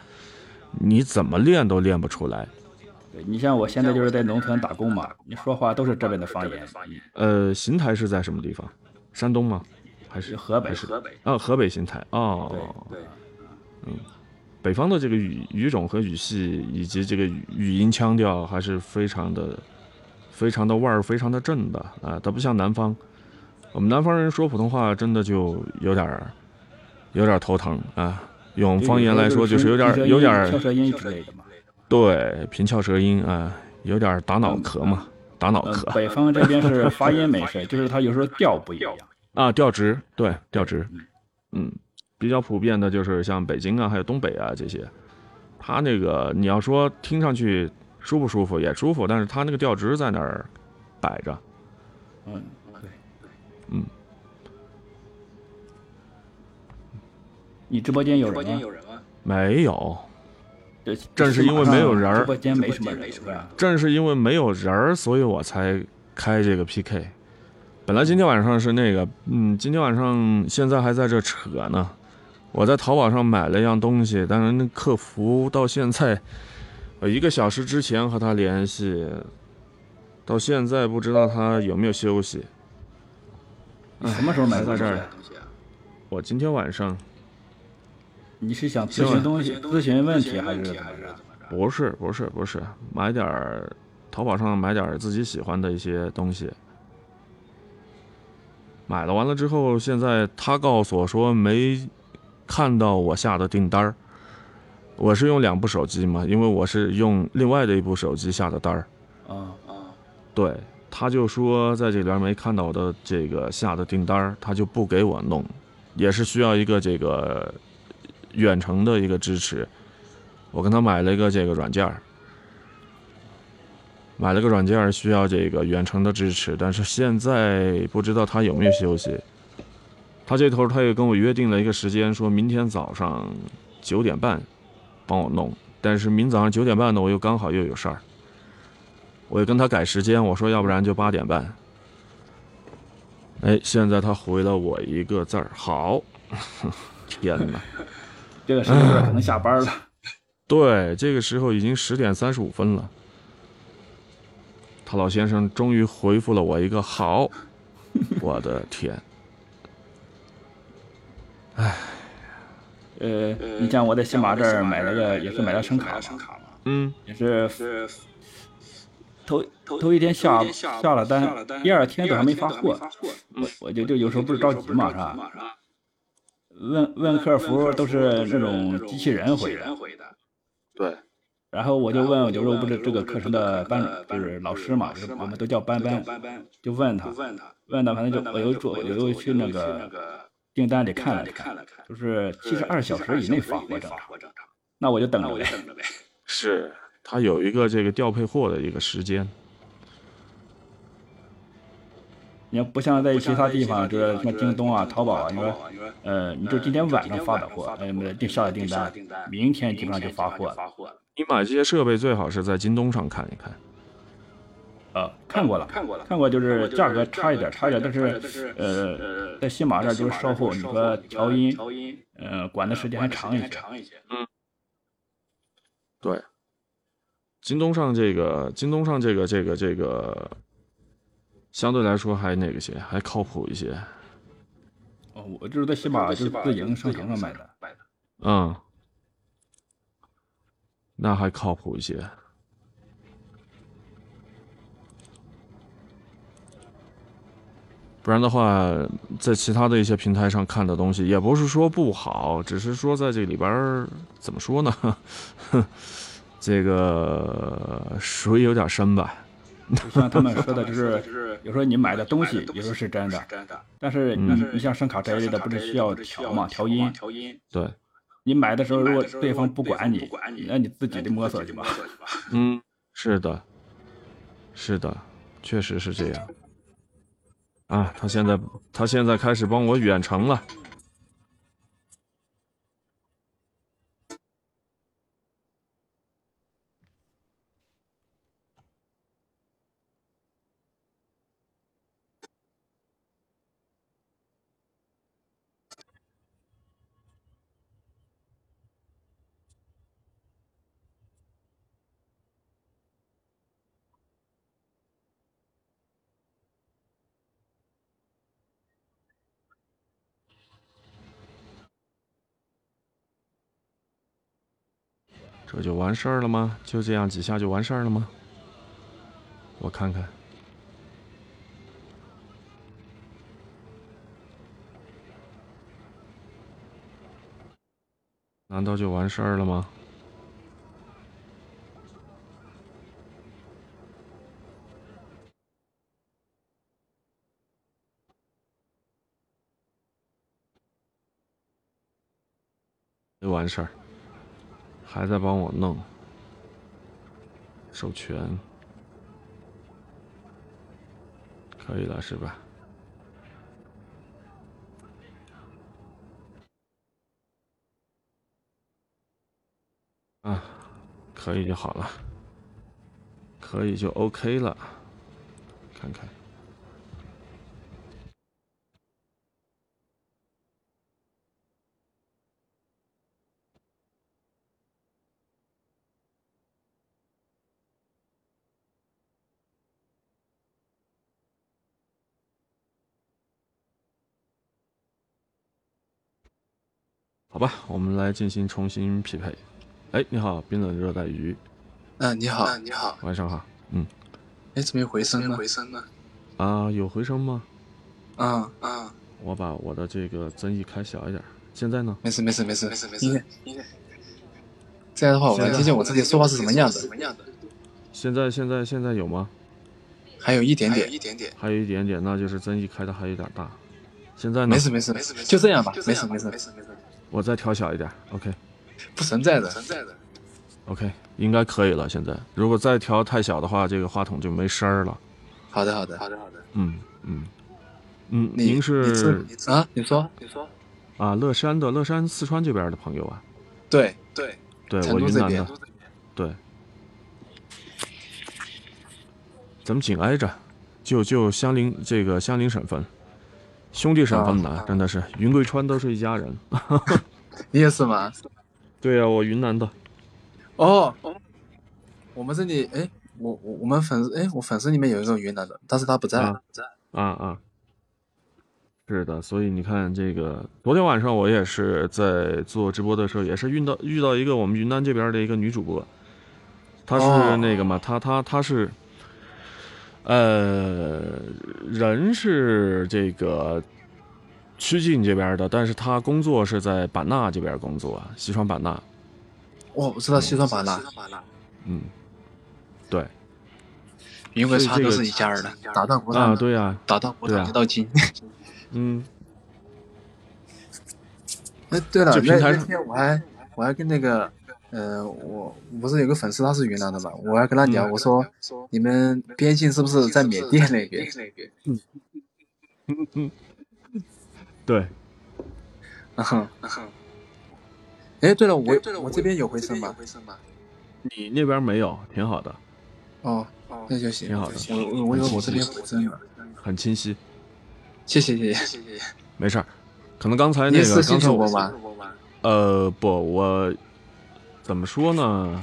Speaker 2: 你怎么练都练不出来。
Speaker 5: 对你像我现在就是在农村打工嘛，你说话都是这边的方言，
Speaker 2: 呃，邢台是在什么地方？山东吗？还是
Speaker 5: 是河北
Speaker 2: 还是
Speaker 5: 河北
Speaker 2: 啊，河北邢台哦。
Speaker 5: 对对，
Speaker 2: 北方的这个语语种和语系，以及这个语语音腔调，还是非常的、非常的味儿，非常的正的啊。它不像南方，我们南方人说普通话真的就有点儿、有点儿头疼啊。用方言来说，就是有点儿、有点儿
Speaker 5: 跳舌音之类的嘛。
Speaker 2: 对平翘舌音啊，有点儿打脑壳嘛，打脑
Speaker 5: 嗯
Speaker 2: 壳，
Speaker 5: 北方这边是发音没事，就是它有时候调不一样。
Speaker 2: 啊，调职，对调职，嗯，比较普遍的就是像北京啊，还有东北啊这些，它那个你要说听上去舒不舒服也舒服，但是它那个调职在那儿摆着，
Speaker 5: 嗯，对，
Speaker 2: 嗯。
Speaker 5: 嗯你直播间有
Speaker 6: 直播
Speaker 5: 人
Speaker 6: 间
Speaker 5: 吗
Speaker 6: 有？人吗？
Speaker 2: 没有，
Speaker 5: 对，
Speaker 2: 正是因为没有人儿
Speaker 5: 直播间没什么
Speaker 6: 直播间没
Speaker 5: 人，
Speaker 6: 什
Speaker 5: 是
Speaker 6: 么人
Speaker 5: 吧？
Speaker 2: 正是因为没有人儿，所以我才开这个 PK。本来今天晚上是那个，嗯，今天晚上现在还在这扯呢。我在淘宝上买了一样东西，但是那客服到现在，我一个小时之前和他联系，到现在不知道他有没有休息。
Speaker 5: 你什么时候买的
Speaker 2: 在
Speaker 5: 东西
Speaker 2: 这
Speaker 5: 啊？
Speaker 2: 儿我今天晚上
Speaker 5: 你是想咨询东西、咨询问题还是怎么着？
Speaker 2: 不是不是不是买点儿淘宝上买点儿自己喜欢的一些东西，买了完了之后，现在他告诉我说没看到我下的订单儿。我是用两部手机嘛，因为我是用另外的一部手机下的单儿。
Speaker 5: 啊，
Speaker 2: 对，他就说在这里边没看到我的这个下的订单儿，他就不给我弄，也是需要一个这个远程的一个支持。我跟他买了一个这个软件儿，买了个软件儿需要这个远程的支持，但是现在不知道他有没有休息。他这头他也跟我约定了一个时间，说明天早上九点半帮我弄，但是明早上九点半呢，我又刚好又有事儿。我就跟他改时间，我说要不然就八点半。哎，现在他回了我一个字儿，好。 天哪！
Speaker 5: 这个时候可能下班了。
Speaker 2: 对，这个时候已经十点三十五分了。他老先生终于回复了我一个好，我的天！
Speaker 5: 呃，你像我在新马这儿买了个，也是买了声卡嘛，
Speaker 2: 嗯，
Speaker 5: 也是
Speaker 6: 是
Speaker 5: 头
Speaker 6: 头
Speaker 5: 头一天
Speaker 6: 下
Speaker 5: 下
Speaker 6: 下
Speaker 5: 下了单，第二天都还没发货，我我就就有时候不是着急嘛，是吧？
Speaker 6: 吧？
Speaker 5: 问问客服都是那种机器人回的，
Speaker 6: 的。
Speaker 5: 然后我
Speaker 6: 我
Speaker 5: 就问，我就说不是这个课程的班主，就是老师嘛，就是我们都叫班班，
Speaker 6: 班，
Speaker 5: 就问
Speaker 6: 就
Speaker 5: 他，
Speaker 6: 问他，
Speaker 5: 问他，反
Speaker 6: 问
Speaker 5: 正就
Speaker 6: 他
Speaker 5: 我又做，我又去那个订单里看了看，
Speaker 6: 了看，
Speaker 5: 就是
Speaker 6: 七
Speaker 5: 七十
Speaker 6: 十
Speaker 5: 二
Speaker 6: 二
Speaker 5: 小
Speaker 6: 小
Speaker 5: 时
Speaker 6: 时
Speaker 5: 以
Speaker 6: 以
Speaker 5: 内
Speaker 6: 内
Speaker 5: 发
Speaker 6: 发
Speaker 5: 货
Speaker 6: 货
Speaker 5: 正
Speaker 6: 正
Speaker 5: 常，
Speaker 6: 常，
Speaker 5: 那我就等
Speaker 6: 那
Speaker 5: 着
Speaker 6: 我就
Speaker 5: 呗。
Speaker 6: 等着呗。
Speaker 2: 是他有一个这个调配货的一个时间。
Speaker 5: 你要不像在
Speaker 6: 在
Speaker 5: 其
Speaker 6: 其
Speaker 5: 他
Speaker 6: 他
Speaker 5: 地
Speaker 6: 地
Speaker 5: 方，
Speaker 6: 方，
Speaker 5: 就
Speaker 6: 就是是
Speaker 5: 像
Speaker 6: 像
Speaker 5: 京
Speaker 6: 京
Speaker 5: 东
Speaker 6: 东
Speaker 5: 啊、
Speaker 6: 啊、
Speaker 5: 淘
Speaker 6: 淘
Speaker 5: 宝
Speaker 6: 宝
Speaker 5: 啊，
Speaker 6: 啊，
Speaker 5: 你
Speaker 6: 你
Speaker 5: 说
Speaker 6: 说，
Speaker 5: 呃，你
Speaker 6: 你
Speaker 5: 就
Speaker 6: 就今
Speaker 5: 今天
Speaker 6: 天
Speaker 5: 晚
Speaker 6: 晚
Speaker 5: 上
Speaker 6: 上
Speaker 5: 发
Speaker 6: 发
Speaker 5: 的
Speaker 6: 的
Speaker 5: 货
Speaker 6: 货，，
Speaker 5: 呃，
Speaker 6: 呃，
Speaker 5: 没定
Speaker 6: 定
Speaker 5: 下
Speaker 6: 下
Speaker 5: 了
Speaker 6: 了
Speaker 5: 订
Speaker 6: 订
Speaker 5: 单
Speaker 6: 单，，
Speaker 5: 明
Speaker 6: 明
Speaker 5: 天
Speaker 6: 天
Speaker 5: 基
Speaker 6: 基
Speaker 5: 本
Speaker 6: 本上
Speaker 5: 上就
Speaker 6: 就
Speaker 5: 发
Speaker 6: 发
Speaker 5: 货
Speaker 6: 货
Speaker 5: 了。
Speaker 6: 了。
Speaker 2: 你买这些设备最好是在京东上看一看。
Speaker 5: 呃，看过了，
Speaker 6: 看过了
Speaker 5: 看过，就是
Speaker 6: 价
Speaker 5: 价
Speaker 6: 格
Speaker 5: 格
Speaker 6: 差
Speaker 5: 差
Speaker 6: 一
Speaker 5: 一
Speaker 6: 点，
Speaker 5: 点，
Speaker 6: 差一
Speaker 5: 差一
Speaker 6: 点，
Speaker 5: 点，
Speaker 6: 但
Speaker 5: 但
Speaker 6: 是
Speaker 5: 是
Speaker 6: 呃
Speaker 5: 呃，，
Speaker 6: 在
Speaker 5: 在
Speaker 6: 西
Speaker 5: 新
Speaker 6: 马
Speaker 5: 马
Speaker 6: 这
Speaker 5: 这
Speaker 6: 儿就
Speaker 5: 儿就是是
Speaker 6: 售
Speaker 5: 售
Speaker 6: 后，
Speaker 5: 后，
Speaker 6: 你
Speaker 5: 你
Speaker 6: 说
Speaker 5: 说
Speaker 6: 调
Speaker 5: 调
Speaker 6: 音
Speaker 5: 音，，
Speaker 6: 呃，
Speaker 5: 呃，
Speaker 6: 管
Speaker 5: 管
Speaker 6: 的
Speaker 5: 的
Speaker 6: 时
Speaker 5: 时
Speaker 6: 间
Speaker 5: 间
Speaker 6: 还
Speaker 5: 还
Speaker 6: 长
Speaker 5: 长
Speaker 6: 一
Speaker 5: 一
Speaker 6: 些
Speaker 5: 些。。
Speaker 2: 对，京东上这个，京东上这个，这个，这个，相对来说还那个些，还靠谱一些。
Speaker 5: 哦，我就是在
Speaker 6: 西
Speaker 5: 新
Speaker 6: 马
Speaker 5: 马
Speaker 6: 就
Speaker 5: 就是是
Speaker 6: 自
Speaker 5: 自
Speaker 6: 营
Speaker 5: 营
Speaker 6: 商
Speaker 5: 商
Speaker 6: 场
Speaker 5: 场
Speaker 6: 上
Speaker 5: 上
Speaker 6: 买
Speaker 5: 买
Speaker 6: 的
Speaker 5: 的，，
Speaker 2: 嗯，那还靠谱一些。不然的话，在其他的一些平台上看的东西，也不是说不好，只是说在这里边儿怎么说呢？ 这个水有点深吧。
Speaker 5: 就像他们说
Speaker 6: 说
Speaker 5: 的，
Speaker 6: 的就
Speaker 5: 就
Speaker 6: 是是有
Speaker 5: 有时
Speaker 6: 时
Speaker 5: 候
Speaker 6: 候
Speaker 5: 你
Speaker 6: 你
Speaker 5: 买
Speaker 6: 买
Speaker 5: 的
Speaker 6: 的
Speaker 5: 东
Speaker 6: 东
Speaker 5: 西
Speaker 6: 西
Speaker 5: 有
Speaker 6: 有时候
Speaker 5: 时候是
Speaker 6: 是
Speaker 5: 真
Speaker 6: 真
Speaker 5: 的
Speaker 6: 的，，
Speaker 5: 但是你
Speaker 2: 嗯
Speaker 5: 你像声卡
Speaker 6: 这
Speaker 5: 这
Speaker 6: 一
Speaker 5: 一
Speaker 6: 类
Speaker 5: 类
Speaker 6: 的
Speaker 5: 的，
Speaker 6: 不
Speaker 5: 不
Speaker 6: 是
Speaker 5: 是
Speaker 6: 需
Speaker 5: 需
Speaker 6: 要
Speaker 5: 要
Speaker 6: 调
Speaker 5: 调
Speaker 6: 嘛，
Speaker 5: 嘛，
Speaker 6: 调
Speaker 5: 调
Speaker 6: 音
Speaker 5: 音。。
Speaker 6: 对，
Speaker 5: 你买的时候
Speaker 6: 如
Speaker 5: 如
Speaker 6: 果
Speaker 5: 果
Speaker 6: 对
Speaker 5: 对
Speaker 6: 方
Speaker 5: 方
Speaker 6: 不
Speaker 5: 不
Speaker 6: 管
Speaker 5: 管
Speaker 6: 你
Speaker 5: 你，，
Speaker 6: 那
Speaker 5: 那
Speaker 6: 你
Speaker 5: 你
Speaker 6: 自
Speaker 5: 自
Speaker 6: 己
Speaker 5: 己
Speaker 6: 得
Speaker 5: 得
Speaker 6: 摸
Speaker 5: 摸
Speaker 6: 索
Speaker 5: 索
Speaker 6: 去
Speaker 5: 去
Speaker 6: 吧
Speaker 5: 吧。。
Speaker 2: 嗯，是的，是的，确实是这样。啊，他现在他现在开始帮我远程了。这就完事儿了吗？就这样几下就完事儿了吗？我看看，难道就完事儿了吗？没完事儿，还在帮我弄授权，可以了是吧？啊，可以就好了，可以就 OK 了，看看。好吧，我们来进行重新匹配。哎，你好，冰冷热带鱼，
Speaker 7: 嗯，你好，你好，
Speaker 2: 晚上好。嗯，
Speaker 7: 哎，怎么有回声呢？
Speaker 2: 啊，有回声吗？
Speaker 7: 啊啊，
Speaker 2: 我把我的这个增益开小一点。现在呢？
Speaker 7: 没事没事没事没事没事。这样的话，我能听见我自己说话是什么样的，
Speaker 2: 现在现在现在有吗？
Speaker 7: 还有一点点，
Speaker 2: 还有一点点，那就是增益开的还有点大。现在呢
Speaker 7: 没？事没事没事，就这样吧，没事没事，
Speaker 2: 我再调小一点。OK
Speaker 7: 不存在的。
Speaker 2: OK，应该可以了。现在如果再调太小的话，这个话筒就没声儿了。
Speaker 7: 好的好的好的，
Speaker 2: 嗯嗯嗯，
Speaker 7: 你
Speaker 2: 您
Speaker 7: 你
Speaker 2: 是
Speaker 7: 啊？你说
Speaker 2: 啊乐山的乐山四川这边的朋友啊？
Speaker 7: 对，
Speaker 2: 对
Speaker 7: 成
Speaker 2: 我
Speaker 7: 都
Speaker 2: 云
Speaker 7: 这
Speaker 2: 南
Speaker 7: 边
Speaker 2: 的，对，咱们紧挨着，就就相邻这个相邻省份，兄弟省份
Speaker 7: 啊
Speaker 2: 的，啊真的是云贵川都是一家人。
Speaker 7: 你也是吗？
Speaker 2: 对呀、我云南的，
Speaker 7: 哦，我们这里哎，我我我们粉丝哎，我粉丝里面有一个云南的，但是他不在，
Speaker 2: 啊啊啊，是的，所以你看这个，昨天晚上我也是在做直播的时候，也是遇到遇到一个我们云南这边的一个女主播，她是
Speaker 7: 哦
Speaker 2: 那个嘛，她她她是，呃，人是这个曲靖这边的，但是她工作是在版纳这边工作，啊西双版纳，
Speaker 7: 哦，我知道西双版纳、
Speaker 2: 嗯，对
Speaker 7: 云贵川
Speaker 2: 所以这
Speaker 7: 都
Speaker 2: 个
Speaker 7: 是一家人的，打到国
Speaker 2: 啊，
Speaker 7: 产，
Speaker 2: 对呀、
Speaker 7: 打到国
Speaker 2: 对啊
Speaker 7: 产一道金。
Speaker 2: 嗯，
Speaker 7: 哎，对了，
Speaker 2: 这
Speaker 7: 那
Speaker 2: 平台
Speaker 7: 那天我还我还跟那个，呃，我我不是有个粉丝他是云南的嘛，我还跟他
Speaker 2: 嗯
Speaker 7: 聊，我说你们边境是不是在缅甸那边？
Speaker 2: 对，
Speaker 7: 嗯哎，对了，我我这边有回声吧？
Speaker 2: 你那边没有，挺好的，
Speaker 7: 哦，那就行，
Speaker 2: 挺好的
Speaker 7: 我我我有我这边回声了，
Speaker 2: 很清晰。
Speaker 7: 谢谢谢谢。
Speaker 2: 没事儿，可能刚才
Speaker 7: 你
Speaker 2: 那
Speaker 7: 是
Speaker 2: 个
Speaker 7: 新
Speaker 2: 刚才
Speaker 7: 主
Speaker 2: 我
Speaker 7: 播吗？
Speaker 2: 呃，不，我怎么说呢？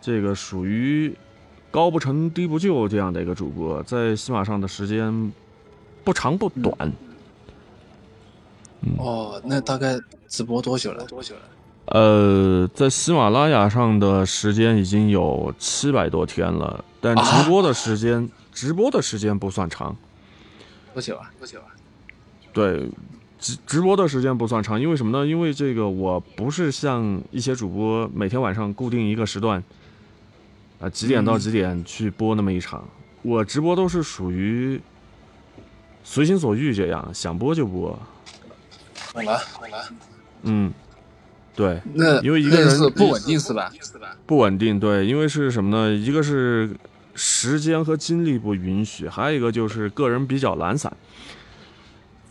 Speaker 2: 这个属于高不成低不就这样的一个主播，在喜马上的时间不长不短，嗯
Speaker 7: 哦，那大概直播多久了？嗯
Speaker 2: 呃，在喜马拉雅上的时间已经有七百多天了，但
Speaker 7: 啊
Speaker 2: 直播的时间、直播的时间不算长，
Speaker 7: 多久啊？
Speaker 2: 对，直直播的时间不算长，因为什么呢？因为这个我不是像一些主播每天晚上固定一个时段，啊、几点到几点去播那么一场，我直播都是属于随心所欲这样，想播就播。
Speaker 7: 懂了。
Speaker 2: 嗯，对，
Speaker 7: 那
Speaker 2: 因为一个
Speaker 7: 那
Speaker 2: 人
Speaker 7: 是不稳定是吧？
Speaker 2: 不稳定，对，因为是什么呢？一个是时间和精力不允许，还有一个就是个人比较懒散，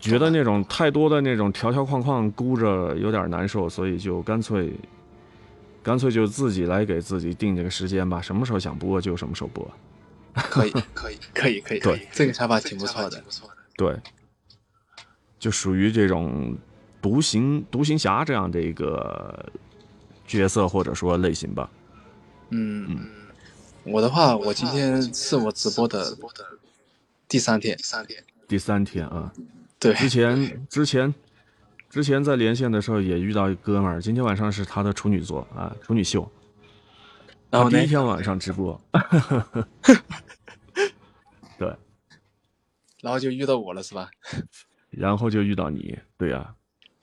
Speaker 2: 觉得那种太多的那种条条框框箍着有点难受，所以就干脆，干脆就自己来给自己定这个时间吧，什么时候想播就什么时候播。
Speaker 7: 可以，可以，可以，可以，
Speaker 2: 对，
Speaker 7: 这个想法挺不错的。
Speaker 2: 对，就属于这种独行独行侠这样的一个角色或者说类型吧。
Speaker 7: 嗯，我的话，我今天是我直播的第三天，
Speaker 2: 第三天啊，
Speaker 7: 对，
Speaker 2: 之前之前之前在连线的时候也遇到一哥们儿，今天晚上是他的处女座啊，处女秀。
Speaker 7: 然后
Speaker 2: 啊第
Speaker 7: 呢
Speaker 2: 一，天晚上直 播，对，
Speaker 7: 然后就遇到我了，是吧？
Speaker 2: 然后就遇到你，对呀、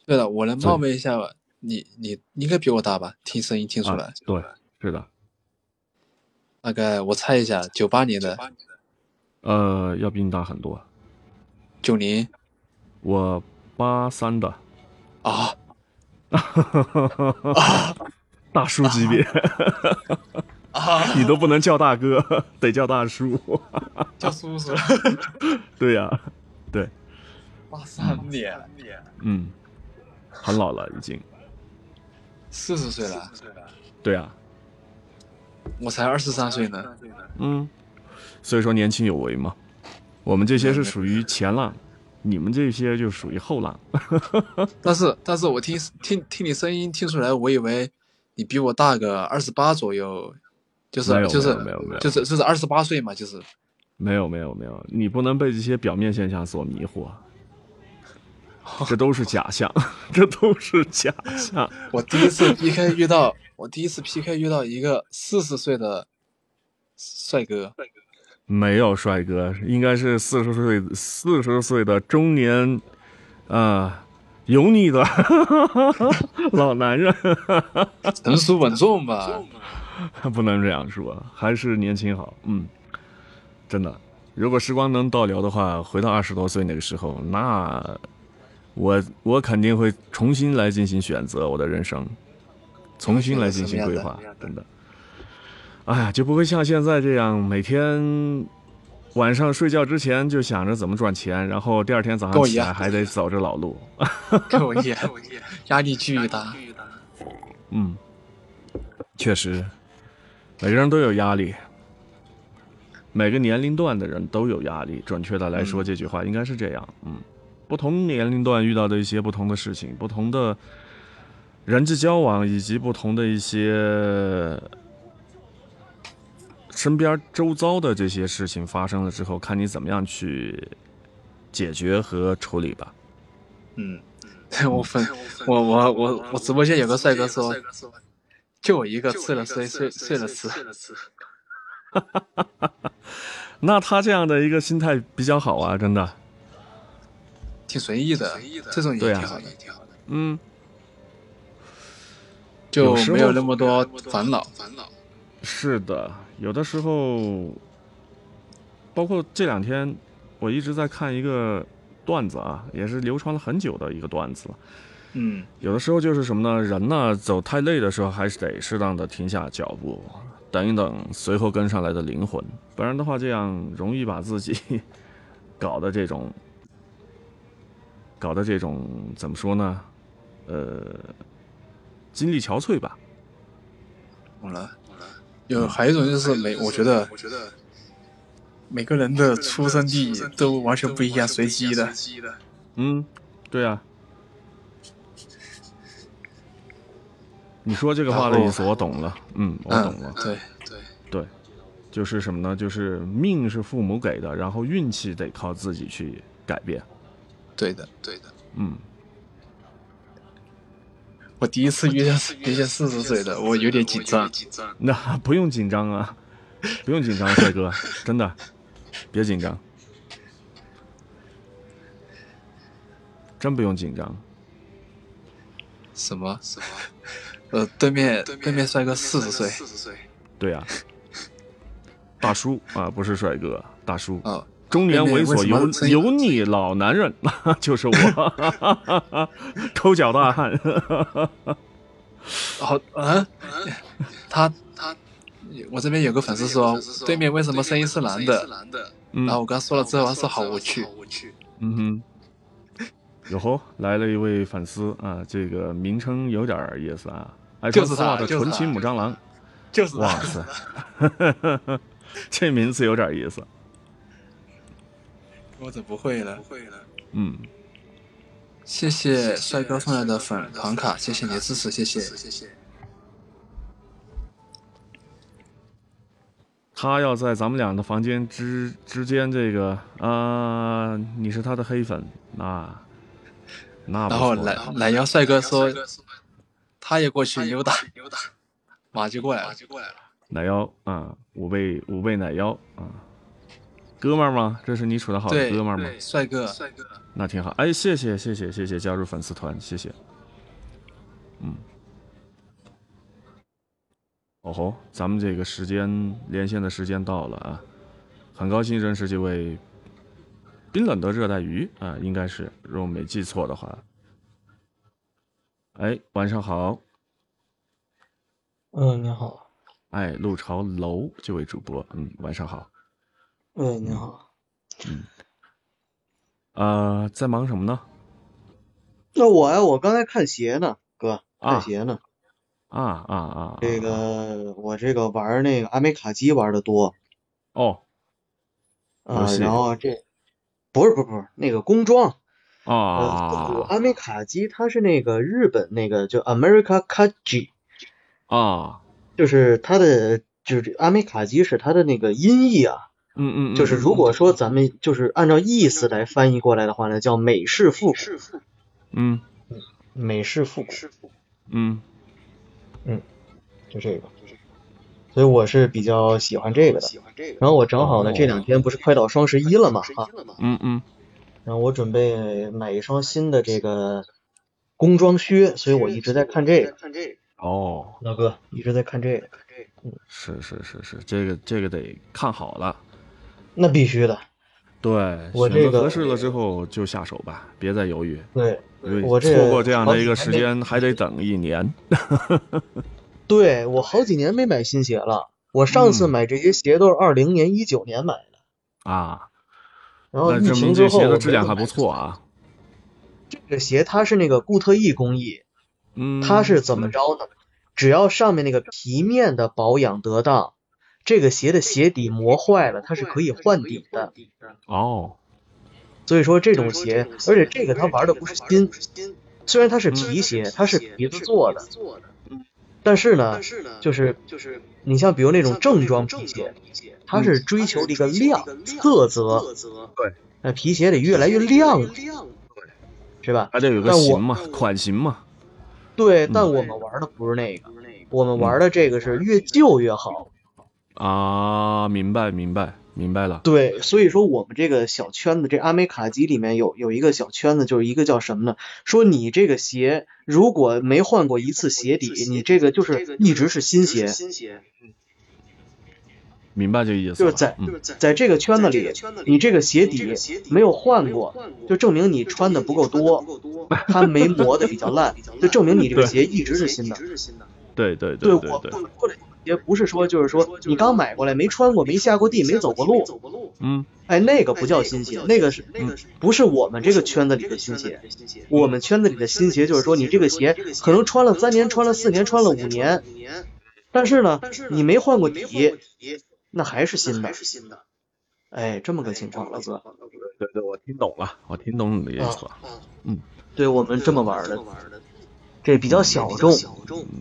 Speaker 7: 对了，我能
Speaker 2: 对
Speaker 7: 冒昧一下吧？你你应该比我大吧？听声音听出
Speaker 2: 啊，
Speaker 7: 来，
Speaker 2: 对，是的，
Speaker 7: 大概我猜一下，九八年的，
Speaker 2: 呃，要比你大很多，
Speaker 7: 九零
Speaker 2: 我八三的，
Speaker 7: 啊，
Speaker 2: 大叔级别， 你都不能叫大哥， 得叫大叔，
Speaker 7: 叫叔叔，
Speaker 2: 对呀、
Speaker 7: 八三年，
Speaker 2: 嗯，很老了已经，
Speaker 7: 四十岁了，
Speaker 2: 对呀、
Speaker 7: 我才二十三岁呢。
Speaker 2: 嗯，所以说年轻有为嘛，我们这些是属于前浪，你们这些就属于后浪，
Speaker 7: 但是但是我听听听你声音听出来，我以为你比我大个二十八左右，就是
Speaker 2: 没有
Speaker 7: 就是
Speaker 2: 没有没有没有
Speaker 7: 就是就是二十八岁嘛，就是
Speaker 2: 没有没有没有，你不能被这些表面现象所迷惑，这都是假象， 这都是假象。
Speaker 7: 我第一次 PK 遇到我第一次 PK 遇到一个四十岁的帅哥，
Speaker 2: 没有帅哥，应该是四十岁四十岁的中年，呃，油腻的 老男人，
Speaker 7: 成熟稳重吧，
Speaker 2: 不能这样说，还是年轻好。嗯，真的，如果时光能倒流的话，回到二十多岁那个时候，那我我肯定会重新来进行选择我的人生，重新来进行规划
Speaker 7: 什么，
Speaker 2: 真的。哎呀，就不会像现在这样每天。晚上睡觉之前就想着怎么赚钱，然后第二天早
Speaker 7: 跟
Speaker 2: 上
Speaker 7: 我一
Speaker 2: 起来
Speaker 7: 样
Speaker 2: 还得走着老路。
Speaker 7: 跟我一样，压力巨大。
Speaker 2: 嗯，确实，每个人都有压力，每个年龄段的人都有压力。准确的来说，这句话应该是这样。嗯，不同年龄段遇到的一些不同的事情，不同的人际交往，以及不同的一些身边周遭的这些事情发生了之后，看你怎么样去解决和处理吧。
Speaker 7: 嗯， 我粉我我我我直播间有个帅哥说，就我一个吃了睡睡睡了吃，
Speaker 2: 那他这样的一个心态比较好啊，真的。
Speaker 7: 挺随意的，这种也
Speaker 2: 对
Speaker 7: 挺
Speaker 2: 啊
Speaker 7: 好的，
Speaker 2: 嗯。
Speaker 7: 就
Speaker 2: 有时候
Speaker 7: 没有那么多烦恼。
Speaker 2: 是的，有的时候，包括这两天，我一直在看一个段子啊，也是流传了很久的一个段子。
Speaker 7: 嗯，
Speaker 2: 有的时候就是什么呢？人呢走太累的时候，还是得适当的停下脚步，等一等随后跟上来的灵魂，不然的话，这样容易把自己 搞的这种，搞的这种怎么说呢？呃，精力憔悴吧。
Speaker 7: 懂了。有还有一种就是每，我觉得每个人的出生地都完全不一样，随机的。
Speaker 2: 嗯，对啊。你说这个话的意思我懂了，嗯，我
Speaker 7: 嗯
Speaker 2: 懂了，，
Speaker 7: 对，
Speaker 2: 对，就是什么呢？就是命是父母给的，然后运气得靠自己去改变，
Speaker 7: 对的，对的。
Speaker 2: 嗯，
Speaker 7: 我第一次遇见遇见四十岁的，我有点紧张。
Speaker 2: 那不用紧张啊， 不用紧张，帅哥， 真的，别紧张，真不用紧张，
Speaker 7: 什么？ 什么？呃，对面对面帅哥四十岁，
Speaker 2: 对啊，大叔啊，不是帅哥，大叔
Speaker 7: 啊，
Speaker 2: 中年猥琐
Speaker 7: 妹妹
Speaker 2: 油
Speaker 7: 为什么声音
Speaker 2: 油腻老男人， 就是我， 抠脚大汉。
Speaker 7: 好啊，他他，我这边有个粉丝说，对面为什么声音是男的？
Speaker 2: 嗯
Speaker 7: 然后我跟他说了之后，他说好，我去。
Speaker 2: 嗯哼，哟吼，来了一位粉丝啊，这个名称有点意思啊，爱穿
Speaker 7: 就
Speaker 2: 丝
Speaker 7: 是他
Speaker 2: 袜的
Speaker 7: 就是
Speaker 2: 纯
Speaker 7: 他
Speaker 2: 情母蟑螂，
Speaker 7: 就是
Speaker 2: 哇
Speaker 7: 他，
Speaker 2: 塞， 这名字有点意思，
Speaker 7: 我怎么不会了？
Speaker 2: 嗯，
Speaker 7: 谢谢帅哥送来的粉团卡，谢谢你的支持，谢谢。
Speaker 2: 他要在咱们俩的房间之之间这个啊、你是他的黑粉啊，那不
Speaker 7: 然后
Speaker 2: 错
Speaker 7: 懒懒腰呃帅哥说，他也过去扭打，马就过来了。
Speaker 2: 奶腰啊，五倍五倍奶腰啊，哥们儿吗？这是你处的好的
Speaker 7: 对
Speaker 2: 哥们儿吗？，
Speaker 7: 帅哥，
Speaker 2: 那挺好。哎，谢谢谢谢谢谢加入粉丝团，谢谢。嗯，哦吼，咱们这个时间连线的时间到了啊，很高兴认识这位冰冷的热带鱼啊，应该是，如果没记错的话。哎，晚上好，
Speaker 8: 嗯，你好，
Speaker 2: 哎，陆潮楼这位主播，嗯，晚上好。
Speaker 8: 嗯，你好。
Speaker 2: 呃，在忙什么呢？
Speaker 8: 那我呀，我刚才看鞋呢，哥，
Speaker 2: 啊
Speaker 8: 看鞋呢。
Speaker 2: 啊啊啊！
Speaker 8: 这
Speaker 2: 啊
Speaker 8: 个我这个玩儿那个阿美卡机玩的多
Speaker 2: 哦游
Speaker 8: 啊，
Speaker 2: 戏
Speaker 8: 然后这不是不是不是那个工装，
Speaker 2: 啊
Speaker 8: 呃，我
Speaker 2: 啊
Speaker 8: 阿美卡机它是那个日本那个就 America Kaji，
Speaker 2: 啊！
Speaker 8: 就是它的就是阿美卡机是它的那个音译啊，
Speaker 2: 嗯嗯，嗯
Speaker 8: 就是如果说咱们就是按照意思来翻译过来的话呢，叫美式复古，
Speaker 2: 嗯
Speaker 8: 美式复古。
Speaker 2: 嗯
Speaker 8: 就这个，所以我是比较喜欢这个的。然后我正好呢，这两天不是快到双十一了嘛，哈，
Speaker 2: 嗯嗯
Speaker 8: 然后我准备呃买一双新的这个工装靴，所以我一直在看这个。
Speaker 2: 哦，
Speaker 8: 老哥一直在看这个，
Speaker 2: 是是是是，这个这个得看好了，
Speaker 8: 那必须的。
Speaker 2: 对，
Speaker 8: 我
Speaker 2: 选择
Speaker 8: 这个
Speaker 2: 合适了之后就下手吧，别再犹豫，
Speaker 8: 对，
Speaker 2: 因为
Speaker 8: 我这
Speaker 2: 错过这样的一个
Speaker 8: 好
Speaker 2: 时
Speaker 8: 几年没
Speaker 2: 间还得等一年。
Speaker 8: 对我好几年没买新鞋了，我上次
Speaker 2: 嗯
Speaker 8: 买这些鞋都是二零年、一九年买的。
Speaker 2: 啊，
Speaker 8: 然后
Speaker 2: 那
Speaker 8: 疫
Speaker 2: 证明
Speaker 8: 情之
Speaker 2: 这
Speaker 8: 后，
Speaker 2: 鞋
Speaker 8: 我
Speaker 2: 的
Speaker 8: 没
Speaker 2: 质量
Speaker 8: 有
Speaker 2: 还
Speaker 8: 买
Speaker 2: 不错啊。
Speaker 8: 这个鞋它是那个固特异工艺，
Speaker 2: 嗯，
Speaker 8: 它是怎么着呢？只要 上面那个皮面的保养得当，这个鞋的鞋底磨坏了，它是可以换底的。
Speaker 2: 哦，
Speaker 8: 所以说这种鞋，而且这个它玩的不是新，虽然它是皮鞋，它是皮子做的，嗯但是呢，就是就是你像比如那种正装皮鞋，它是追求的一个亮色泽，
Speaker 2: 对，
Speaker 8: 那皮鞋得越来越亮，是吧？
Speaker 2: 还得有个
Speaker 8: 但我
Speaker 2: 型嘛，款型嘛。
Speaker 8: 对，
Speaker 2: 嗯
Speaker 8: 但我们玩的不是那个，我们玩的这个是越旧越好。
Speaker 2: 啊，明白明白明白了。
Speaker 8: 对，所以说我们这个小圈子，这阿美卡基里面有有一个小圈子，就是一个叫什么呢？说你这个鞋哎如果没换过一次鞋底，你这个就是一直是新鞋。
Speaker 2: 明白这个意思了，
Speaker 8: 就是在
Speaker 2: 嗯
Speaker 8: 在这个圈子里，你这个鞋底没有换过，就证明你穿的不够多，它没磨 的比较烂，就证明你这个鞋一直是新的。
Speaker 2: 对对
Speaker 8: 对，
Speaker 2: 对
Speaker 8: 我
Speaker 2: 对，
Speaker 8: 们过来也不是说就是说你刚买过来没穿过、没下过地、没走过路，
Speaker 2: 嗯
Speaker 8: 哎，那个不叫新鞋，那个是
Speaker 2: 嗯
Speaker 8: 不是我们这个圈子里的新鞋？我们圈子里的新鞋就是说，你这个鞋可能穿了三年、穿了四年、穿了五年，但是呢，你没换过底，那还是新的。哎，这么个情况，老哥，
Speaker 2: 对对，我听懂了，我听懂你的意思
Speaker 8: 啊
Speaker 2: 了。
Speaker 8: 对我们这么玩的，这比较小众，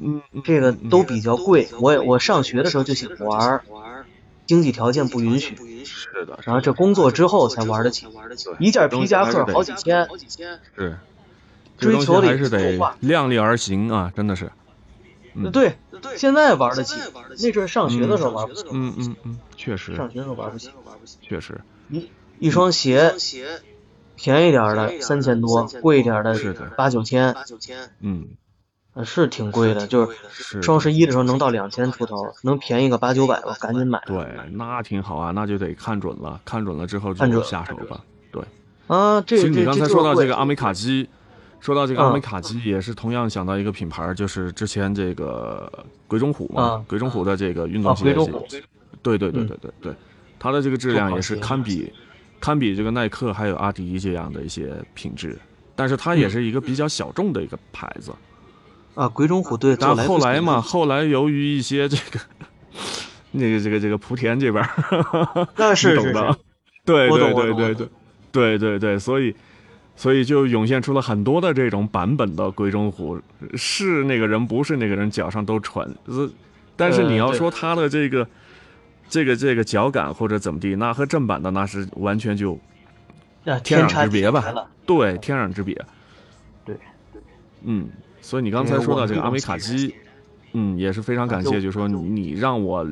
Speaker 2: 嗯，嗯
Speaker 8: 这个都比较贵。我也我上学的时候就想玩儿，经济条件不允许，
Speaker 2: 是的，
Speaker 8: 然后这工作之后才玩得起，一件皮夹克好几千，
Speaker 2: 是这
Speaker 8: 追
Speaker 2: 东西
Speaker 8: 求的
Speaker 2: 还
Speaker 8: 也
Speaker 2: 是
Speaker 8: 是
Speaker 2: 得
Speaker 8: 文化
Speaker 2: 量力而行啊，真的是。嗯
Speaker 8: 对，现在玩得起，那阵儿上学的时候玩不起，
Speaker 2: 嗯嗯嗯，确实，
Speaker 8: 上学的时候玩不起。
Speaker 2: 确实
Speaker 8: 一双鞋，便宜点儿的三千多，贵一点儿的
Speaker 2: 是的
Speaker 8: 八九千，
Speaker 2: 嗯
Speaker 8: 呃是挺贵的。就是
Speaker 2: 是的。
Speaker 8: 双十一的时候能到两千出头，能便宜个八九百，我赶紧买
Speaker 2: 对，哎那挺好啊，那就得看准了，看准了之后
Speaker 8: 看
Speaker 2: 就
Speaker 8: 准
Speaker 2: 下手吧。对，
Speaker 8: 啊！
Speaker 2: 其
Speaker 8: 这
Speaker 2: 实
Speaker 8: 这
Speaker 2: 你刚才
Speaker 8: 这
Speaker 2: 说到
Speaker 8: 贵
Speaker 2: 这个阿美卡机，说到这个阿
Speaker 8: 嗯
Speaker 2: 美卡机，也是同样想到一个品牌，就是之前这个鬼冢虎嘛
Speaker 8: 嗯，
Speaker 2: 鬼冢虎的这个运动
Speaker 8: 啊，
Speaker 2: 鞋
Speaker 8: 回
Speaker 2: 也
Speaker 8: 中
Speaker 2: 是
Speaker 8: 国
Speaker 2: 对对对
Speaker 8: 嗯
Speaker 2: 对对对，它的这个质量也是
Speaker 8: 做好鞋
Speaker 2: 堪比堪比这个耐克还有阿迪这样的一些品质，但是它
Speaker 8: 嗯
Speaker 2: 也是一个比较小众的一个牌子。
Speaker 8: 啊，鬼冢虎队做
Speaker 2: 但
Speaker 8: 来
Speaker 2: 后
Speaker 8: 福
Speaker 2: 来
Speaker 8: 鞋
Speaker 2: 嘛，，后来由于一些这个 那个这个这个莆田这边儿，
Speaker 8: 那是
Speaker 2: 你
Speaker 8: 是
Speaker 2: 懂的
Speaker 8: 是，，
Speaker 2: 对
Speaker 8: 我
Speaker 2: 对
Speaker 8: 懂我
Speaker 2: 对对
Speaker 8: 懂我
Speaker 2: 对
Speaker 8: 懂
Speaker 2: 对对对，所以。所以就涌现出了很多的这种版本的鬼冢虎，是那个人不是那个人脚上都穿，呃但是
Speaker 8: 呃
Speaker 2: 你要
Speaker 8: 对
Speaker 2: 说它的这个、这个这个脚感或者怎么地，那和正版的那是完全就
Speaker 8: 啊
Speaker 2: 天
Speaker 8: 天
Speaker 2: 壤
Speaker 8: 差
Speaker 2: 之别
Speaker 8: 地
Speaker 2: 吧
Speaker 8: 了。
Speaker 2: 对，天壤之别。嗯，所以你刚才说到这个阿美卡基，嗯，也是非常
Speaker 8: 啊
Speaker 2: 感谢，就是说你你让我，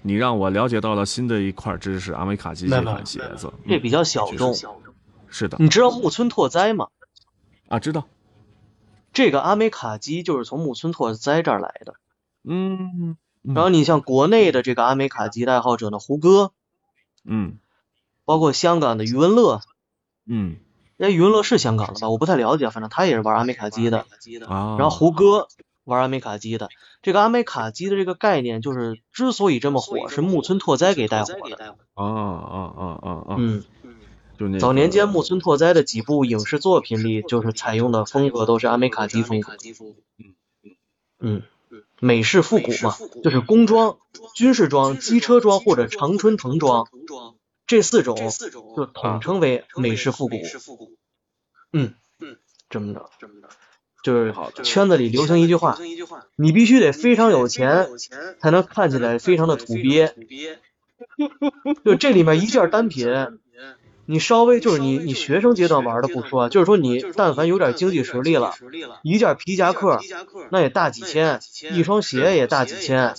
Speaker 2: 你让我了解到了新的一块知识，阿美卡基这款鞋子，
Speaker 8: 这
Speaker 2: 嗯
Speaker 8: 比较小众。嗯
Speaker 2: 是的
Speaker 8: 你知道木村拓哉吗？
Speaker 2: 啊，知道，
Speaker 8: 这个阿美卡基就是从木村拓哉这儿来的。
Speaker 2: 嗯
Speaker 8: 然后你像国内的这个阿美卡基的爱好者呢，胡歌，
Speaker 2: 嗯
Speaker 8: 包括香港的余文乐，
Speaker 2: 嗯
Speaker 8: 哎，余文乐是香港的吧？我不太了解，反正他也是玩阿美卡基的。
Speaker 2: 啊，
Speaker 8: 然后胡歌玩阿美卡基的，这个阿美卡基的这个概念就是之所以这么火，是木村拓哉给带火的。
Speaker 2: 啊啊啊啊啊，
Speaker 8: 嗯，
Speaker 2: 就那
Speaker 8: 早
Speaker 2: 个
Speaker 8: 年间木村拓哉的几部影视作品里，就是采用的风格都是阿美卡基风格。嗯，美式复古嘛，就是工装、军事装、机车装或者常春藤装这四种，就统称为美式复古。嗯，这么着，就是圈子里流行一句话，你必须得非常有钱，才能看起来非常的土鳖。就这里面一件单品，你稍微就是你你学生阶段玩的不说啊，就是说你但凡有点经济实力了，一件皮夹克那也大几千，一双鞋也大几千，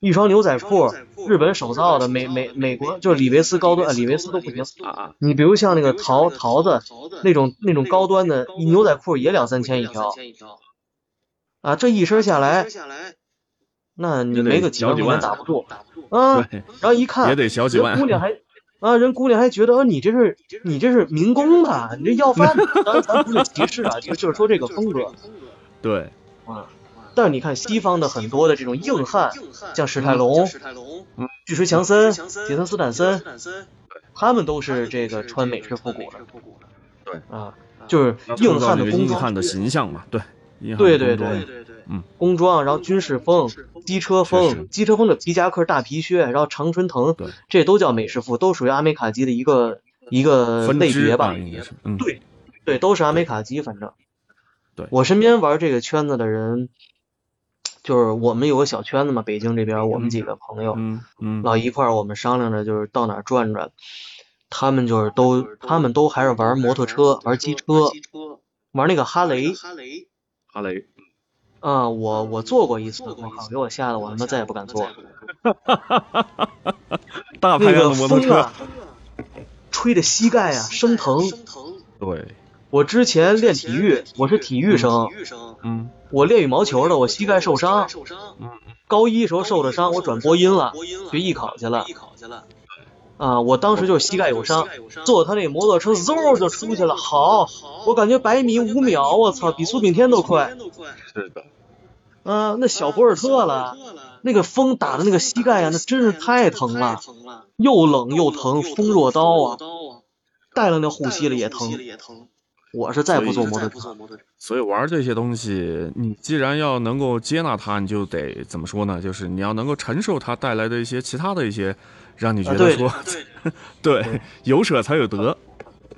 Speaker 8: 一双牛仔裤，日本手造的，美美美国就是李维斯高端，呃李维斯都不行
Speaker 2: 啊，
Speaker 8: 你比如像那个桃桃子那种那种高端的，一牛仔裤也两三千一条啊，这一身下来，那你
Speaker 2: 就得
Speaker 8: 没个几
Speaker 2: 小
Speaker 8: 万
Speaker 2: 几
Speaker 8: 块
Speaker 2: 万
Speaker 8: 钱打不住啊。
Speaker 2: 对
Speaker 8: 然后一看
Speaker 2: 也得小几
Speaker 8: 人
Speaker 2: 万
Speaker 8: 姑娘还啊，人姑娘还觉得啊，你这是你这是民工吧？你这要饭的，当然咱不是歧视啊， 就就是说这个风格。
Speaker 2: 对，
Speaker 8: 但是你看西方的很多的这种硬汉，像史泰龙、巨石强森、杰森斯坦森，他们都是这个穿美式复古的。
Speaker 2: 对
Speaker 8: 啊，就是硬
Speaker 2: 创造
Speaker 8: 汉
Speaker 2: 这
Speaker 8: 的
Speaker 2: 个
Speaker 8: 工
Speaker 2: 硬
Speaker 8: 装
Speaker 2: 汉的形象嘛，对，硬汉
Speaker 8: 对
Speaker 2: 的
Speaker 8: 对
Speaker 2: 工
Speaker 8: 对
Speaker 2: 装
Speaker 8: 工装，然后军事风、机车
Speaker 2: 确实
Speaker 8: 风、机车风的皮夹克、大皮靴，然后常春藤
Speaker 2: 对，
Speaker 8: 这都叫美式服，都属于阿美卡基的一个一个
Speaker 2: 分
Speaker 8: 呃类
Speaker 2: 支
Speaker 8: 别吧
Speaker 2: 吧，。应该是，嗯，
Speaker 8: 对对，都是阿美卡基，反正。
Speaker 2: 对
Speaker 8: 我身边玩这个圈子的人，就是我们有个小圈子嘛，北京这边我们几个朋友，
Speaker 2: 嗯嗯
Speaker 8: 老一块儿我们商量着就是到哪儿转转，他们就是都他们都还是玩摩托车、玩机车、嗯玩那个哈雷
Speaker 2: 哈雷，
Speaker 8: 啊，我我做过一次，我靠，给我吓得我他妈再也不敢做了。
Speaker 2: 大排
Speaker 8: 那
Speaker 2: 量
Speaker 8: 个
Speaker 2: 的摩托
Speaker 8: 风
Speaker 2: 车
Speaker 8: 啊，，吹的膝盖啊生疼。
Speaker 2: 对，
Speaker 8: 我之前练体育，我是体育生，
Speaker 2: 嗯
Speaker 8: 我练羽毛球的，我膝盖受伤，高一时候受的伤，我转播音了，学艺考去了。啊，我当时就是膝盖有伤，坐他那摩托车嗖就出去了，好，我感觉百米五秒，我操，比苏炳添都快。
Speaker 2: 是的，
Speaker 8: 啊，那小博尔特了，那个风打的那个膝盖啊，那真是太疼了，又冷又疼，风若刀啊，带了那护膝了也疼。我是再不坐摩托车，
Speaker 2: 所以玩这些东西，你既然要能够接纳它，你就得怎么说呢？就是你要能够承受它带来的一些其他的一些，让你觉
Speaker 8: 啊
Speaker 2: 得
Speaker 8: 对
Speaker 2: 说， 对有舍才有得，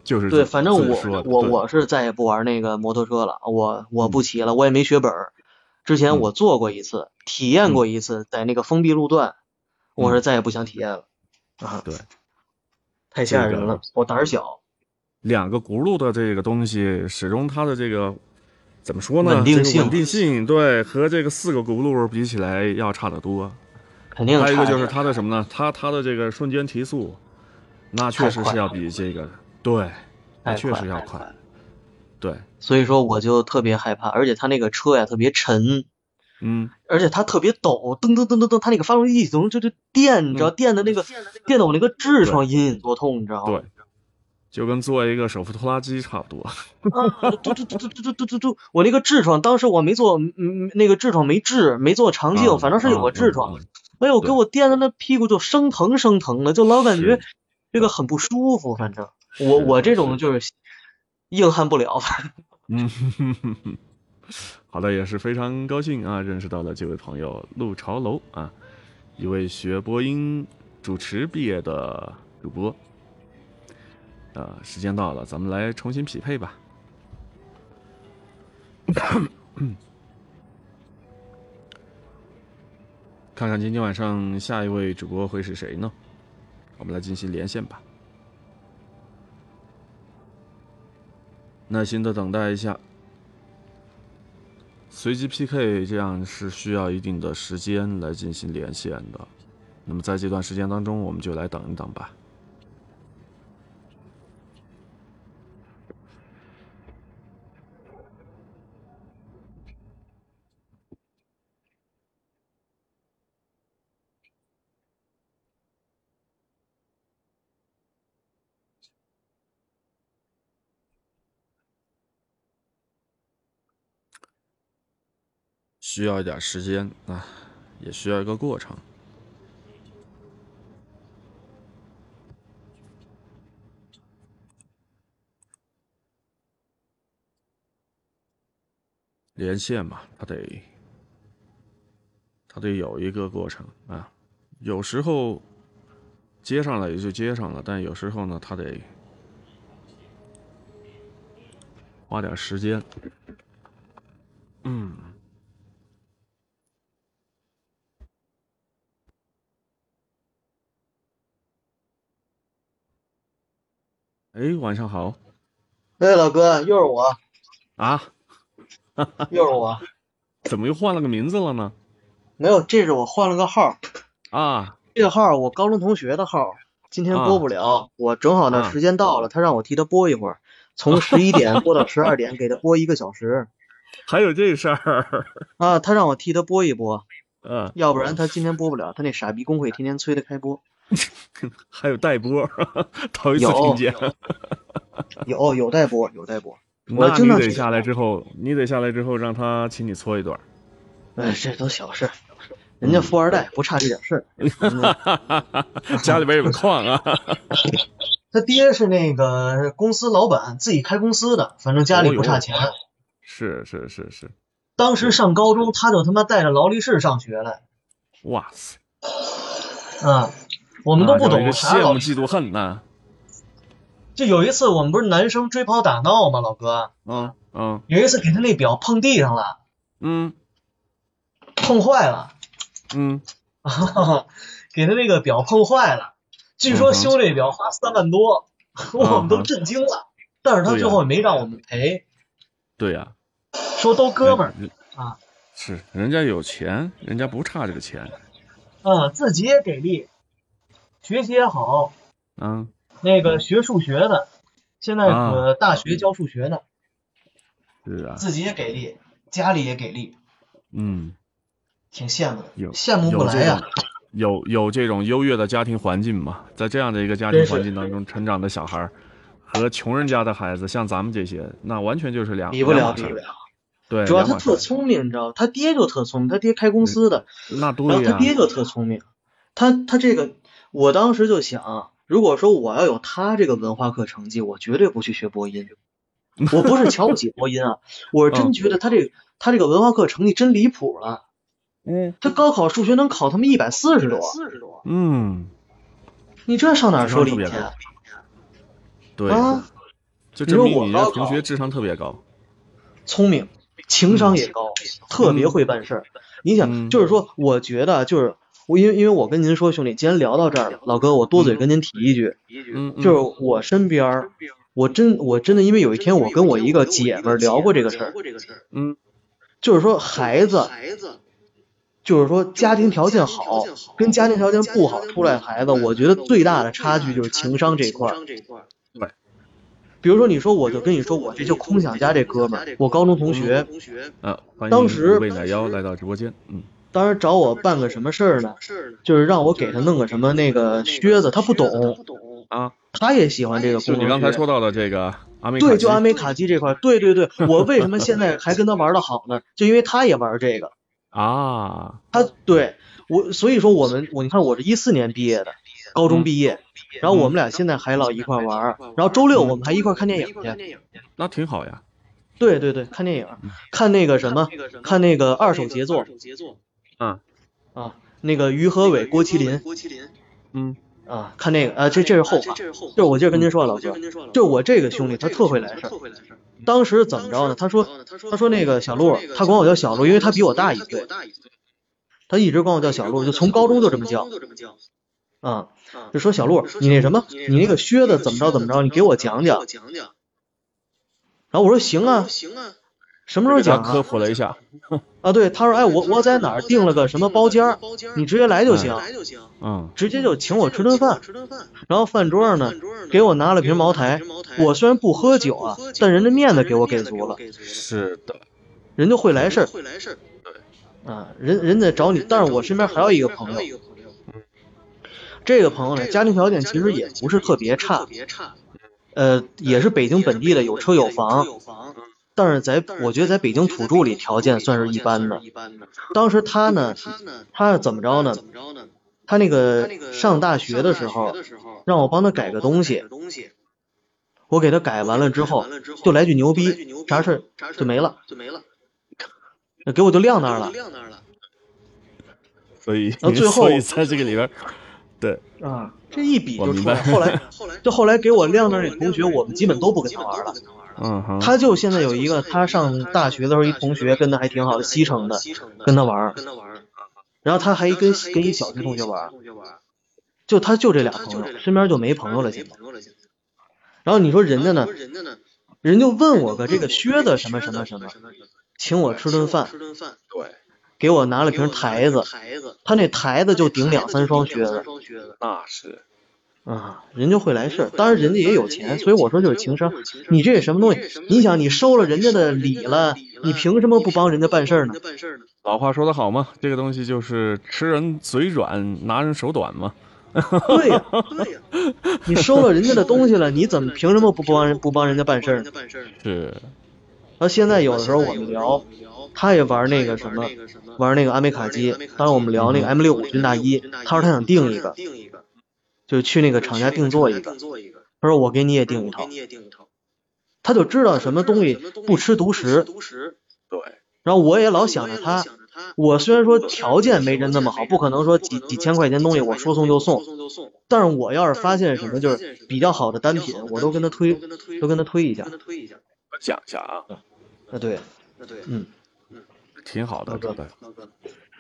Speaker 2: 就是
Speaker 8: 对，
Speaker 2: 这
Speaker 8: 反正
Speaker 2: 这么
Speaker 8: 我
Speaker 2: 说的
Speaker 8: 我
Speaker 2: 对嗯
Speaker 8: 我是再也不玩那个摩托车了，我我不骑了，我也没学本儿。之前我做过一次，体验
Speaker 2: 嗯
Speaker 8: 过一次，在那个封闭路段，我是再也不想体验了。啊，
Speaker 2: 对，
Speaker 8: 太吓
Speaker 2: 这
Speaker 8: 人了
Speaker 2: 个，
Speaker 8: 我胆儿小，
Speaker 2: 两个轱辘的这个东西，始终它的这个怎么说呢？
Speaker 8: 稳定
Speaker 2: 这个
Speaker 8: 性
Speaker 2: 稳定性对，和这个四个轱辘比起来要差得多。
Speaker 8: 肯定
Speaker 2: 还有一
Speaker 8: 差
Speaker 2: 个
Speaker 8: 一
Speaker 2: 就是
Speaker 8: 点
Speaker 2: 它的什么呢？它它的这个瞬间提速，那确实
Speaker 8: 太快
Speaker 2: 是要比这个对，那
Speaker 8: 太
Speaker 2: 确
Speaker 8: 快
Speaker 2: 实要快。对，
Speaker 8: 所以说我就特别害怕，而且他那个车呀特别沉，
Speaker 2: 嗯，
Speaker 8: 而且它特别抖，噔噔噔噔噔，它那个发动机总就就电，你知道
Speaker 2: 嗯
Speaker 8: 电的那个电的我那个痔疮隐隐作痛，你知道吗
Speaker 2: 对？，就跟做一个手扶拖拉机差不多。
Speaker 8: 啊，嘟嘟嘟嘟嘟嘟嘟嘟，我那个痔疮当时我没做，嗯，那个痔疮没治，没做肠镜，
Speaker 2: 嗯
Speaker 8: 反正是有个
Speaker 2: 嗯
Speaker 8: 痔
Speaker 2: 嗯
Speaker 8: 疮
Speaker 2: 嗯，
Speaker 8: 哎呦，给
Speaker 2: 对
Speaker 8: 我电的那屁股就生疼生疼的，就老感觉
Speaker 2: 是
Speaker 8: 这个很不舒服，反正我
Speaker 2: 是
Speaker 8: 我
Speaker 2: 的
Speaker 8: 这
Speaker 2: 是
Speaker 8: 种
Speaker 2: 的
Speaker 8: 就是硬汉不了，反正
Speaker 2: 嗯， 好的，也是非常高兴啊，认识到了这位朋友陆朝楼啊，一位学播音主持毕业的主播。啊，时间到了，咱们来重新匹配吧。 看看今天晚上下一位主播会是谁呢？我们来进行连线吧。耐心的等待一下，随机 PK 这样是需要一定的时间来进行连线的。那么在这段时间当中，我们就来等一等吧。需要一点时间啊，也需要一个过程。连线嘛，它得，它得有一个过程啊。有时候接上了也就接上了，但有时候呢，它得花点时间。嗯。哎，晚上好
Speaker 7: 哎，老哥，又是我，
Speaker 2: 啊！
Speaker 7: 又是我，
Speaker 2: 怎么又换了个名字了呢？
Speaker 7: 没有，这是我换了个号，
Speaker 2: 啊，
Speaker 7: 这个号我高中同学的号，今天播不了，我正好呢
Speaker 2: 啊
Speaker 7: 时间到了，他让我替他播一会儿，从十一点播到十二点，给他播一个小时
Speaker 2: 还有这事儿，
Speaker 7: 啊，他让我替他播一播，
Speaker 2: 嗯、
Speaker 7: 要不然他今天播不了，他那傻逼工会天天催他开播，
Speaker 2: 还有带播， 头一次
Speaker 7: 有
Speaker 2: 听见。
Speaker 7: 有有待播，有待播，我
Speaker 2: 那
Speaker 7: 经
Speaker 2: 你
Speaker 7: 常
Speaker 2: 得
Speaker 7: 去
Speaker 2: 下来之后，你得下来之后让他请你搓一段。
Speaker 7: 哎，这都小事儿，人家富二代不差这点 事儿，人家
Speaker 2: 家里边有个矿啊，
Speaker 7: 他爹是那个公司老板，自己开公司的，反正家里不差钱。
Speaker 8: 哦
Speaker 2: 是是是是，
Speaker 7: 当时上高中，他就他妈带着劳力士上学了
Speaker 2: 哇塞，
Speaker 7: 啊！我们都不
Speaker 8: 啊
Speaker 2: 那就
Speaker 7: 懂
Speaker 2: 是
Speaker 7: 啥
Speaker 2: 羡
Speaker 7: 老
Speaker 2: 慕嫉妒恨呐。
Speaker 7: 就有一次，我们不是男生追跑打闹吗？老哥，
Speaker 2: 嗯嗯
Speaker 7: 有一次给他那表碰地上了，
Speaker 2: 嗯
Speaker 7: 碰坏了，
Speaker 2: 嗯，
Speaker 7: 给他那个表碰坏了。据
Speaker 2: 嗯
Speaker 7: 说
Speaker 2: 哼嗯
Speaker 7: 修这表花三万多，我们都震惊了。但是他
Speaker 2: 对呀
Speaker 7: 最后也没让我们赔，
Speaker 2: 对呀、
Speaker 7: 说都哥们儿
Speaker 2: 人
Speaker 7: 啊，
Speaker 2: 是人家有钱，人家不差这个钱。
Speaker 7: 啊，自己也给力，学习也好，
Speaker 2: 嗯，
Speaker 7: 那个学数学的，现在
Speaker 2: 啊
Speaker 7: 呃大学教数学呢，
Speaker 2: 是啊，
Speaker 7: 自己也给力，家里也给力，
Speaker 2: 嗯，
Speaker 7: 挺羡慕的，
Speaker 2: 有
Speaker 7: 羡慕不来呀、
Speaker 2: 有有这种优越的家庭环境嘛？在这样的一个家庭环境当中成长的小孩儿，和穷人家的孩子，像咱们这些，那完全就是两
Speaker 7: 比不了，
Speaker 2: 两码
Speaker 7: 比
Speaker 2: 事
Speaker 7: 不
Speaker 2: 儿。
Speaker 7: 了。
Speaker 2: 对，
Speaker 7: 主要
Speaker 2: 两
Speaker 7: 他
Speaker 2: 码事
Speaker 7: 特
Speaker 2: 儿
Speaker 7: 聪明，你知道吗？他爹就特聪明，他爹开公司的，
Speaker 2: 那对
Speaker 7: 然后
Speaker 2: 呀、
Speaker 7: 他爹就特聪明。他他这个，我当时就想，如果说我要有他这个文化课成绩，我绝对不去学播音。我不是瞧不起播音啊， 我是真觉得他这他这个文化课成绩真离谱了。
Speaker 2: 嗯
Speaker 7: 他高考数学能考他妈一百四十多，
Speaker 2: 嗯，
Speaker 7: 你这上哪儿说理
Speaker 2: 智
Speaker 7: 去
Speaker 2: 商特别
Speaker 7: 啊？
Speaker 2: 对，
Speaker 7: 啊，
Speaker 2: 就证
Speaker 7: 你说
Speaker 2: 明
Speaker 7: 我
Speaker 2: 你的
Speaker 7: 高
Speaker 2: 同
Speaker 7: 考
Speaker 2: 学智商特别高。
Speaker 7: 聪明，情商也高，特别会办事儿。你想，
Speaker 2: 嗯
Speaker 7: 就是说，我觉得啊就是我，因为因为我跟您说，兄弟，既然聊到这儿了，老哥，我多嘴跟您提一句，
Speaker 2: 嗯，嗯
Speaker 7: 就是我身边儿，我真我真的，因为有一天我跟我一个姐们儿聊过这个事儿，
Speaker 2: 嗯，
Speaker 7: 就是说孩子，就是说家庭条件好跟家庭条件不好出来的孩子，我觉得最大的差距就是情商这一块儿。
Speaker 2: 对，
Speaker 7: 比如说你说，我就跟你说，我这就空想家这哥们儿，我高中同学。
Speaker 2: 啊，欢迎
Speaker 7: 当时
Speaker 2: 魏奶妖来到直播间。嗯，
Speaker 7: 当时找我办个什么事儿呢？就是让我给他弄个什么那个靴子，他不懂
Speaker 2: 啊，
Speaker 7: 他也喜欢这个
Speaker 2: 就
Speaker 7: 功
Speaker 2: 你刚
Speaker 7: 能
Speaker 2: 才
Speaker 7: 靴。
Speaker 2: 说到的这个阿美卡
Speaker 7: 对，
Speaker 2: 基，
Speaker 7: 就安美卡基这块儿，对对 对，我为什么现在还跟他玩的好呢？就因为他也玩这个，
Speaker 2: 啊，
Speaker 7: 他对我，所以说我们我你看我是一四年毕业的，高中毕业，
Speaker 2: 嗯
Speaker 7: 然后我们俩现在还老一块玩儿，然后周六我们还一块儿看电影去，
Speaker 2: 那挺好呀。
Speaker 7: 对对对，看电影，看那个什么，看那个二手杰作
Speaker 2: 嗯
Speaker 7: 啊，那个于和伟、郭麒麟
Speaker 2: 嗯
Speaker 7: 啊，看那个啊，这这是后话，就是我接着跟您说，老哥，就是我这个兄弟他特会来事儿，当时怎么着呢？他说他说那个小鹿，他管我叫小鹿，因为他比我大一岁，他一直管我叫小鹿，就从高中就这么叫。啊，就说小鹿，你那什么，你那个靴子怎么着怎么着，你给我讲讲。然后我说行啊，什么时候
Speaker 2: 他
Speaker 7: 讲
Speaker 2: 科
Speaker 7: 啊？
Speaker 2: 普了一下，
Speaker 7: 啊，对，他说，哎，我我在哪儿订了个什么包间儿，你直接来就行，
Speaker 2: 嗯
Speaker 7: 直接就请我吃顿饭。然后饭桌上呢，给我拿了瓶茅台。我虽然不喝酒啊，但人家面子给我给足了，
Speaker 2: 是的，
Speaker 7: 人就会来事儿。啊，人人家找你，但是我身边还有一个朋友，这个朋友呢，家庭条件其实也不是特别差，呃，也是北京本地的，有车有房。但是在我觉得在北京土著里条件算是一般的。当时他呢，他是怎么着呢？他那个上大学的时候，让我帮他改个东西，我给他改完了之后，就来句牛逼，啥事儿就没了，给我就晾那儿了。
Speaker 2: 所以
Speaker 7: 然后最后
Speaker 2: 所以在这个里边，
Speaker 7: 啊，这一笔
Speaker 2: 我
Speaker 7: 就
Speaker 2: 明
Speaker 7: 出来。
Speaker 2: 白
Speaker 7: 后来，就后来给我晾那儿那同学，我们基本都不跟他玩了。
Speaker 2: 嗯哼，
Speaker 7: 他就现在有一个，他上大学的时候一同学跟他还挺好的，西城的，跟他玩儿。然后他还跟跟一小学同学玩儿，就他就这俩朋友，身边就没朋友了现在。然后你说人家呢？人就问我个这个靴子什么什么什么，请我吃顿饭，给我拿了瓶台子，他那台子就顶两三双靴子
Speaker 6: 那是
Speaker 7: 啊，人就会来事儿。当然人家也有钱，所以我说就是情商。你这是什么东西？你想你收了人家的礼了，你凭什么不帮人家办事儿呢？
Speaker 2: 老话说得好嘛，这个东西就是吃人嘴软，拿人手短嘛。
Speaker 7: 对呀、你收了人家的东西了，你怎么凭什么不帮人不帮人家办事儿呢？
Speaker 2: 是，
Speaker 7: 然后现在有的时候我们聊，他也玩那个什么，玩那个阿美卡机。当时我们聊那个 M 六五军大衣，他说他想订一个，就去那个厂家定做一个。他说我给你也订一套，他就知道什么东西不吃独食。
Speaker 6: 对，
Speaker 7: 然后我也老想着他，我虽然说条件没人那么好，不可能说几几千块钱东西我说送就送，但是我要是发现什么就是比较好的单品，我都跟他推，都跟他推一下。
Speaker 6: 我讲一下啊，
Speaker 7: 啊，对，嗯，
Speaker 2: 挺好的，
Speaker 7: 老哥
Speaker 2: 对不对？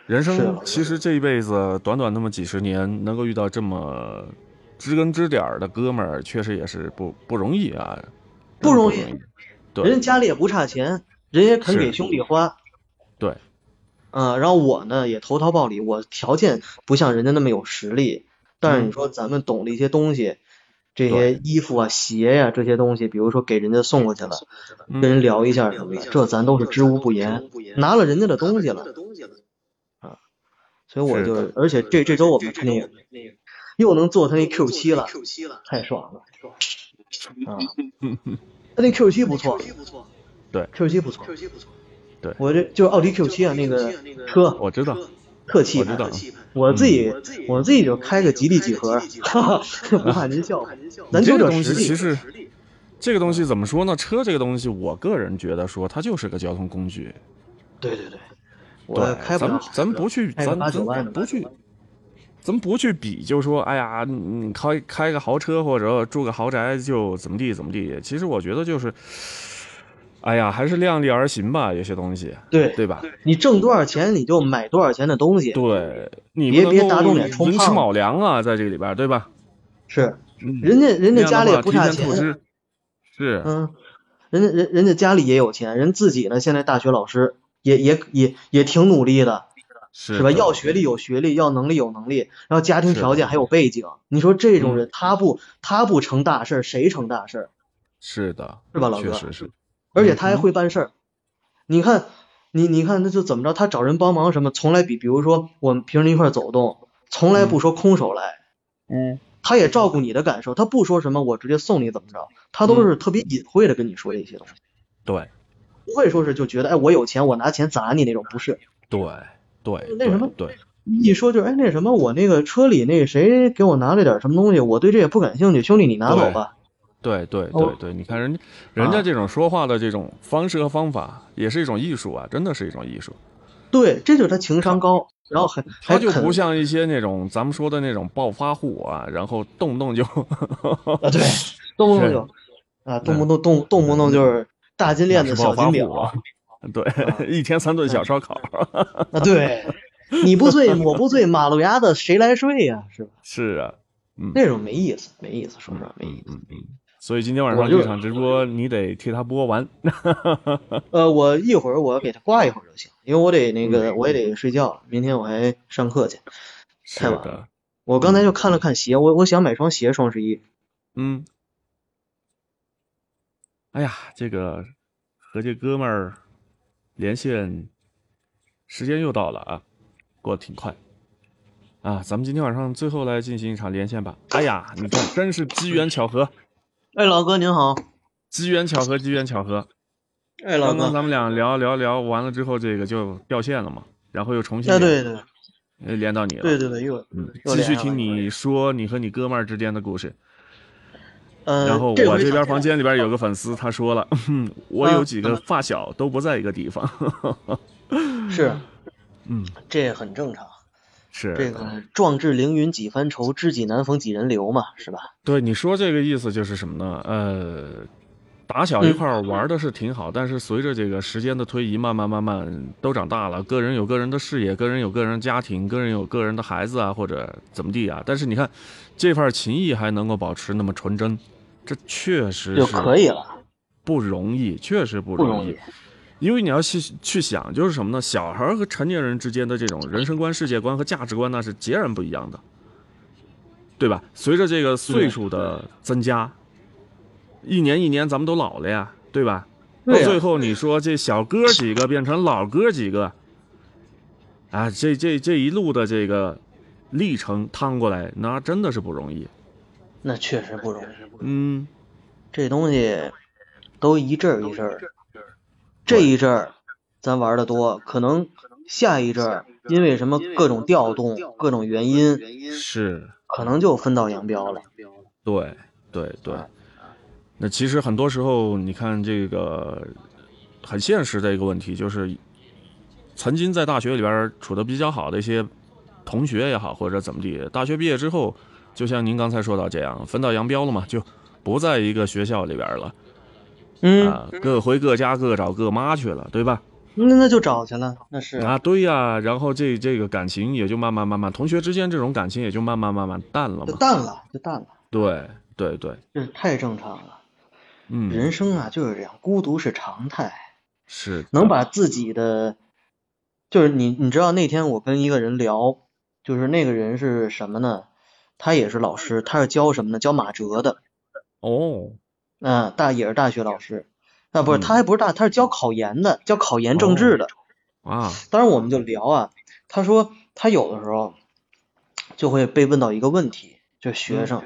Speaker 2: 人
Speaker 7: 是啊
Speaker 2: 生
Speaker 7: 老哥
Speaker 2: 其实这一辈子短短那么几十年，能够遇到这么知根知底儿的哥们儿，确实也是不不容易啊，
Speaker 7: 不容易
Speaker 2: 真的不容易。对
Speaker 7: 人家家里也不差钱，人也肯
Speaker 2: 是
Speaker 7: 给兄弟花。
Speaker 2: 对，
Speaker 7: 啊，然后我呢也投桃报李，我条件不像人家那么有实力，但是你说咱们懂的一些东西，这些衣服啊、鞋呀、这些东西，比如说给人家送过去了，
Speaker 2: 嗯
Speaker 7: 跟人聊一下什么的，这咱都是知无不言，拿了人家的东西了。啊，所以我
Speaker 2: 是
Speaker 7: 就，而且这这周我们看电影，又能坐他那 Q 七了，太爽了。啊，他那 Q 七不错，Q 七不错。我这就是奥迪 Q 七啊，那个车
Speaker 2: 我知道，
Speaker 7: 特气
Speaker 2: 我知道
Speaker 7: 派。我自己我自己就开个吉利几何， 哈哈，不怕您笑话，咱
Speaker 2: 这
Speaker 7: 就
Speaker 2: 个
Speaker 7: 这
Speaker 2: 东西
Speaker 7: 实
Speaker 2: 其
Speaker 7: 力。
Speaker 2: 实，这个东西怎么说呢？车这个东西，我个人觉得说它就是个交通工具。
Speaker 7: 对对对，我
Speaker 2: 对，
Speaker 7: 开不
Speaker 2: 咱
Speaker 7: 了
Speaker 2: 们，咱们不去，
Speaker 7: 开
Speaker 2: 咱
Speaker 7: 个八
Speaker 2: 咱
Speaker 7: 九万的
Speaker 2: 不去，咱不去比，就说哎呀，你你开开个豪车或者住个豪宅就怎么地怎么地。其实我觉得就是，哎呀，还是量力而行吧，有些东西，
Speaker 7: 对
Speaker 2: 对吧？
Speaker 7: 你挣多少钱你就买多少钱的东西。
Speaker 2: 对，你
Speaker 7: 别
Speaker 2: 不
Speaker 7: 别
Speaker 2: 能
Speaker 7: 打
Speaker 2: 够
Speaker 7: 肿脸充
Speaker 2: 寅吃
Speaker 7: 胖
Speaker 2: 卯粮啊，在这个里边儿，对吧？
Speaker 7: 是，
Speaker 2: 嗯
Speaker 7: 人家人
Speaker 2: 这样的
Speaker 7: 家家里也
Speaker 2: 话
Speaker 7: 不
Speaker 2: 提
Speaker 7: 差
Speaker 2: 前透
Speaker 7: 钱，
Speaker 2: 支是，
Speaker 7: 嗯，人家人人家家里也有钱，人自己呢现在大学老师也也也也挺努力的，
Speaker 2: 是
Speaker 7: 是吧？
Speaker 2: 的
Speaker 7: 要学历有学历，要能力有能力，然后家庭
Speaker 2: 是嗯
Speaker 7: 条
Speaker 2: 的
Speaker 7: 件还有背景。你说这种人，他不他不成大事儿，谁成大事儿？
Speaker 2: 是的，
Speaker 7: 是吧老
Speaker 2: 确
Speaker 7: 哥
Speaker 2: 实嗯是，
Speaker 7: 而且他还会办事儿。你看，你你看，那就怎么着？他找人帮忙什么，从来比，比如说我们平时一块儿走动，从来不说空手来。
Speaker 2: 嗯，
Speaker 7: 他也照顾你的感受，他不说什么我直接送你怎么着，他都是特别隐晦的跟你说这些东西，
Speaker 2: 嗯对
Speaker 7: 不会说是就觉得哎我有钱我拿钱砸你那种，不是。
Speaker 2: 对对，
Speaker 7: 那什么
Speaker 2: 对，对
Speaker 7: 一说就是哎那什么我那个车里那个谁给我拿了点什么东西，我对这也不感兴趣，兄弟你拿走吧。
Speaker 2: 对对
Speaker 7: 哦
Speaker 2: 对对，你看人家人家
Speaker 7: 啊
Speaker 2: 这种说话的这种方式和方法，也是一种艺术啊，真的是一种艺术。
Speaker 7: 对，这就是他情商高，然后还
Speaker 2: 他
Speaker 7: 还
Speaker 2: 就
Speaker 7: 肯
Speaker 2: 不像一些那种咱们说的那种暴发户啊，然后动不动 就
Speaker 7: 啊，对，动不动就啊，动不动动动不动就是大金链子、
Speaker 2: 嗯 是暴
Speaker 7: 小
Speaker 2: 发
Speaker 7: 金
Speaker 2: 户
Speaker 7: 表
Speaker 2: 啊，对，一天三顿小
Speaker 7: 嗯
Speaker 2: 烧烤，
Speaker 7: 啊，对，你不醉我不醉，马路牙子谁来睡呀、是吧？
Speaker 2: 是啊，嗯
Speaker 7: 那种没意思，没意思，说实话没意思。
Speaker 2: 嗯嗯，所以今天晚上
Speaker 7: 我就
Speaker 2: 这场直播你得替他播完。
Speaker 7: 呃，我一会儿我给它挂一会儿就行，因为我得那
Speaker 2: 嗯
Speaker 7: 个我也得睡觉了，明天我还上课去。
Speaker 2: 是
Speaker 7: 太晚
Speaker 2: 的，
Speaker 7: 我刚才就看了看鞋，我我想买双鞋，双十一。
Speaker 2: 嗯。哎呀，这个和这哥们儿连线时间又到了啊，过得挺快啊。咱们今天晚上最后来进行一场连线吧。哎呀，你看，真是机缘巧合，
Speaker 7: 哎，老哥您好，
Speaker 2: 机缘巧合，机缘巧合。
Speaker 7: 哎，老
Speaker 2: 刚刚
Speaker 7: 哥，
Speaker 2: 咱们俩聊聊聊完了之后，这个就掉线了嘛，然后又重新
Speaker 7: 哎，
Speaker 2: 连
Speaker 7: 对对
Speaker 2: 呃连到你了。
Speaker 7: 对对对，又
Speaker 2: 嗯，
Speaker 7: 又
Speaker 2: 继续
Speaker 7: 连上
Speaker 2: 听
Speaker 7: 了又
Speaker 2: 你
Speaker 7: 连
Speaker 2: 说你和你哥们儿之间的故事。
Speaker 7: 呃，
Speaker 2: 然后
Speaker 7: 这
Speaker 2: 我
Speaker 7: 回
Speaker 2: 这边
Speaker 7: 想
Speaker 2: 房间里边有个粉丝，他说了，哼我有几
Speaker 7: 嗯
Speaker 2: 个发小都不在一个地方。
Speaker 7: 是，
Speaker 2: 嗯，
Speaker 7: 这也很正常。
Speaker 2: 是
Speaker 7: 这个壮志凌云几番愁，知己难逢几人流嘛，是吧？
Speaker 2: 对你说这个意思就是什么呢？呃，打小一
Speaker 7: 嗯
Speaker 2: 块儿玩的是挺好，但是随着这个时间的推移，慢慢慢慢都长大了，个人有个人的事业，个人有个人的家庭，个人有个人的孩子啊，或者怎么地啊。但是你看，这份情谊还能够保持那么纯真，这确实
Speaker 7: 就是可以了，
Speaker 2: 不容易，确实不
Speaker 7: 不
Speaker 2: 容
Speaker 7: 容
Speaker 2: 易
Speaker 7: 易。。
Speaker 2: 因为你要去去想，就是什么呢？小孩儿和成年人之间的这种人生观、世界观和价值观那是截然不一样的，对吧？随着这个岁数的增加，一年一年咱们都老了呀，对吧？
Speaker 7: 对
Speaker 2: 到
Speaker 7: 呀
Speaker 2: 最后你说这小哥几个变成老哥几个，啊，这这这一路的这个历程趟过来，那真的是不容易。
Speaker 7: 那确实不容易，
Speaker 2: 嗯，
Speaker 7: 这东西都一阵儿一阵儿的。这一阵儿咱玩的多，可能下一阵儿因为什么各种调动、各种原因，
Speaker 2: 是。
Speaker 7: 可能就分道扬镳了。
Speaker 2: 对对对，
Speaker 7: 啊
Speaker 2: 那其实很多时候，你看这个很现实的一个问题，就是曾经在大学里边处得比较好的一些同学也好，或者怎么地，大学毕业之后，就像您刚才说到这样，分道扬镳了嘛，就不在一个学校里边了
Speaker 7: 嗯，
Speaker 2: 啊，各回各家，各找各妈去了，对吧？
Speaker 7: 那那就找去了，那是
Speaker 2: 啊，对呀、然后这这个感情也就慢慢慢慢，同学之间这种感情也就慢慢慢慢淡了
Speaker 7: 就
Speaker 2: 嘛，
Speaker 7: 淡了，就淡了，
Speaker 2: 对对对，
Speaker 7: 这太正常了。
Speaker 2: 嗯，
Speaker 7: 人生啊就是这样，孤独是常态。
Speaker 2: 是的
Speaker 7: 能把自己的，就是你你知道那天我跟一个人聊，就是那个人是什么呢？他也是老师，他是教什么呢？教马哲的，
Speaker 2: 哦。
Speaker 7: 嗯、大也是大学老师，啊不是，
Speaker 2: 嗯
Speaker 7: 他还不是大，他是教考研的，教考研政治的。
Speaker 2: 啊，
Speaker 7: 当时我们就聊啊，他说他有的时候就会被问到一个问题，就是嗯学生，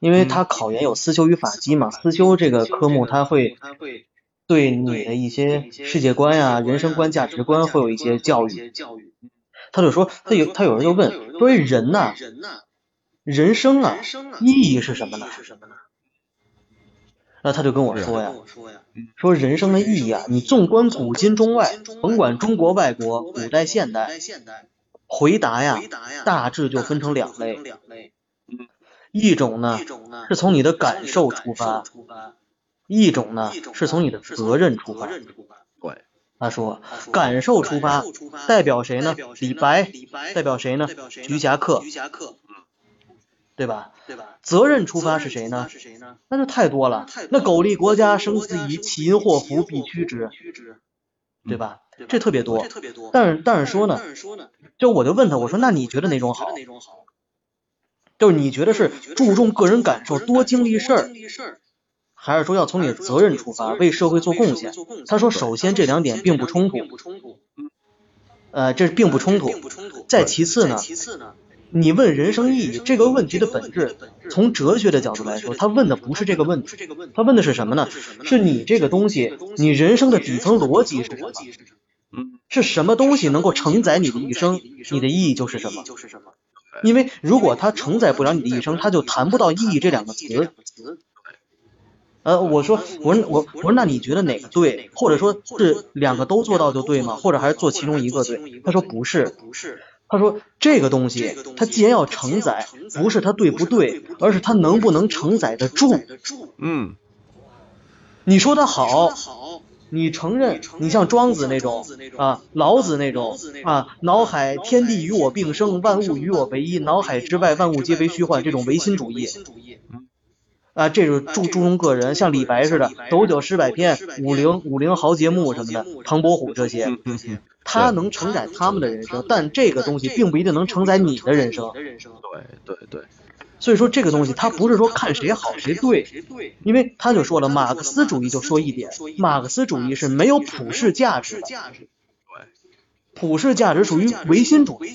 Speaker 7: 因为他考研有思修与法纪嘛，思修这个科目他会对你的一些世界观呀、人生观、价值观会有一些教育。他就说，他有他有人就问，说哎人呐、人生啊，意义是什么呢？啊那他就跟我说呀，说人生的意义啊，你纵观古今中外，甭管中国外国、古代现代，回答呀，大致就分成两类。一种呢是从你的感受出发，一种呢是从你的责任出发。
Speaker 6: 对，
Speaker 7: 他说感受出发代表谁呢？李白，代表谁呢？徐霞客，对吧？责任出发是谁呢？那就太多了。那苟利国家，生死以，其因祸福，必趋之，嗯对吧？这特别多。但是但是说呢，就我就问他，我说那你觉得哪种好？就是你觉得是注重个人感受，多经历事儿，还是说要从你的责任出发，为社会做贡献？他说，首先这两点并不冲突，呃，这并不冲突。再其次呢，你问人生意义这个问题的本质，从哲学的角度来说，他问的不是这个问题，他问的是什么呢？是你这个东西，你人生的底层逻辑是什么？是什么东西能够承载你的一生？你的意义就是什么？因为如果它承载不了你的一生，它就谈不到意义这两个词。呃，我说，我说，我我说，那你觉得哪个对？或者说是两个都做到就对吗？或者还是做其中一个对？他说不是，他说这个东西，它既然要承载，不是它对不对，而是它能不能承载得住。
Speaker 2: 嗯，
Speaker 7: 你说的好，你承认你像庄子那种啊，老子那种啊，脑海天地与我并生，万物与我为一，脑海之外万物皆为虚幻，这种唯心主义。啊，这种注注重个人，像李白似的，抖脚诗百篇、武陵武陵豪杰墓
Speaker 8: 木
Speaker 7: 什
Speaker 8: 什
Speaker 7: 么
Speaker 8: 么
Speaker 7: 的
Speaker 8: 的，，嗯
Speaker 7: 唐
Speaker 8: 唐
Speaker 7: 伯
Speaker 8: 伯
Speaker 7: 虎
Speaker 8: 虎
Speaker 7: 这
Speaker 8: 这
Speaker 7: 些
Speaker 8: 些，，
Speaker 7: 他能
Speaker 8: 能
Speaker 7: 承
Speaker 8: 承
Speaker 7: 载
Speaker 8: 载
Speaker 7: 他
Speaker 8: 他
Speaker 7: 们
Speaker 8: 们
Speaker 7: 的
Speaker 8: 的
Speaker 7: 人
Speaker 8: 人
Speaker 7: 生
Speaker 8: 生，，
Speaker 7: 但
Speaker 8: 但
Speaker 7: 这
Speaker 8: 这
Speaker 7: 个
Speaker 8: 个
Speaker 7: 东
Speaker 8: 东
Speaker 7: 西
Speaker 8: 西
Speaker 7: 并
Speaker 8: 并
Speaker 7: 不
Speaker 8: 不
Speaker 7: 一
Speaker 8: 一
Speaker 7: 定
Speaker 8: 定
Speaker 7: 能
Speaker 8: 能
Speaker 7: 承
Speaker 8: 承载
Speaker 7: 载你
Speaker 8: 你
Speaker 7: 的
Speaker 8: 的
Speaker 7: 人
Speaker 8: 人
Speaker 7: 生
Speaker 8: 生。。
Speaker 2: 对对对，
Speaker 7: 所以说，这
Speaker 8: 这
Speaker 7: 个
Speaker 8: 个
Speaker 7: 东
Speaker 8: 东
Speaker 7: 西
Speaker 8: 西
Speaker 7: 它
Speaker 8: 它
Speaker 7: 不
Speaker 8: 不
Speaker 7: 是
Speaker 8: 是
Speaker 7: 说
Speaker 8: 说
Speaker 7: 看
Speaker 8: 看
Speaker 7: 谁
Speaker 8: 谁
Speaker 7: 好
Speaker 8: 好
Speaker 7: 谁
Speaker 8: 谁
Speaker 7: 对
Speaker 8: 对，，
Speaker 7: 因为
Speaker 8: 他
Speaker 7: 他就
Speaker 8: 就说
Speaker 7: 说了，
Speaker 8: 了，
Speaker 7: 马
Speaker 8: 马
Speaker 7: 克
Speaker 8: 克
Speaker 7: 思
Speaker 8: 思
Speaker 7: 主
Speaker 8: 主
Speaker 7: 义
Speaker 8: 义
Speaker 7: 就
Speaker 8: 就
Speaker 7: 说
Speaker 8: 说
Speaker 7: 一
Speaker 8: 一
Speaker 7: 点
Speaker 8: 点，，
Speaker 7: 马
Speaker 8: 马
Speaker 7: 克
Speaker 8: 克
Speaker 7: 思
Speaker 8: 思
Speaker 7: 主
Speaker 8: 主
Speaker 7: 义
Speaker 8: 义
Speaker 7: 是
Speaker 8: 是
Speaker 7: 没
Speaker 8: 没
Speaker 7: 有
Speaker 8: 有
Speaker 7: 普
Speaker 8: 普
Speaker 7: 世
Speaker 8: 世
Speaker 7: 价
Speaker 8: 价
Speaker 7: 值
Speaker 8: 值
Speaker 7: 的，
Speaker 8: 的，
Speaker 7: 普世价
Speaker 8: 价
Speaker 7: 值
Speaker 8: 值
Speaker 7: 属
Speaker 8: 属
Speaker 7: 于
Speaker 8: 于
Speaker 7: 唯
Speaker 8: 唯
Speaker 7: 心
Speaker 8: 心
Speaker 7: 主
Speaker 8: 主
Speaker 7: 义。
Speaker 8: 义。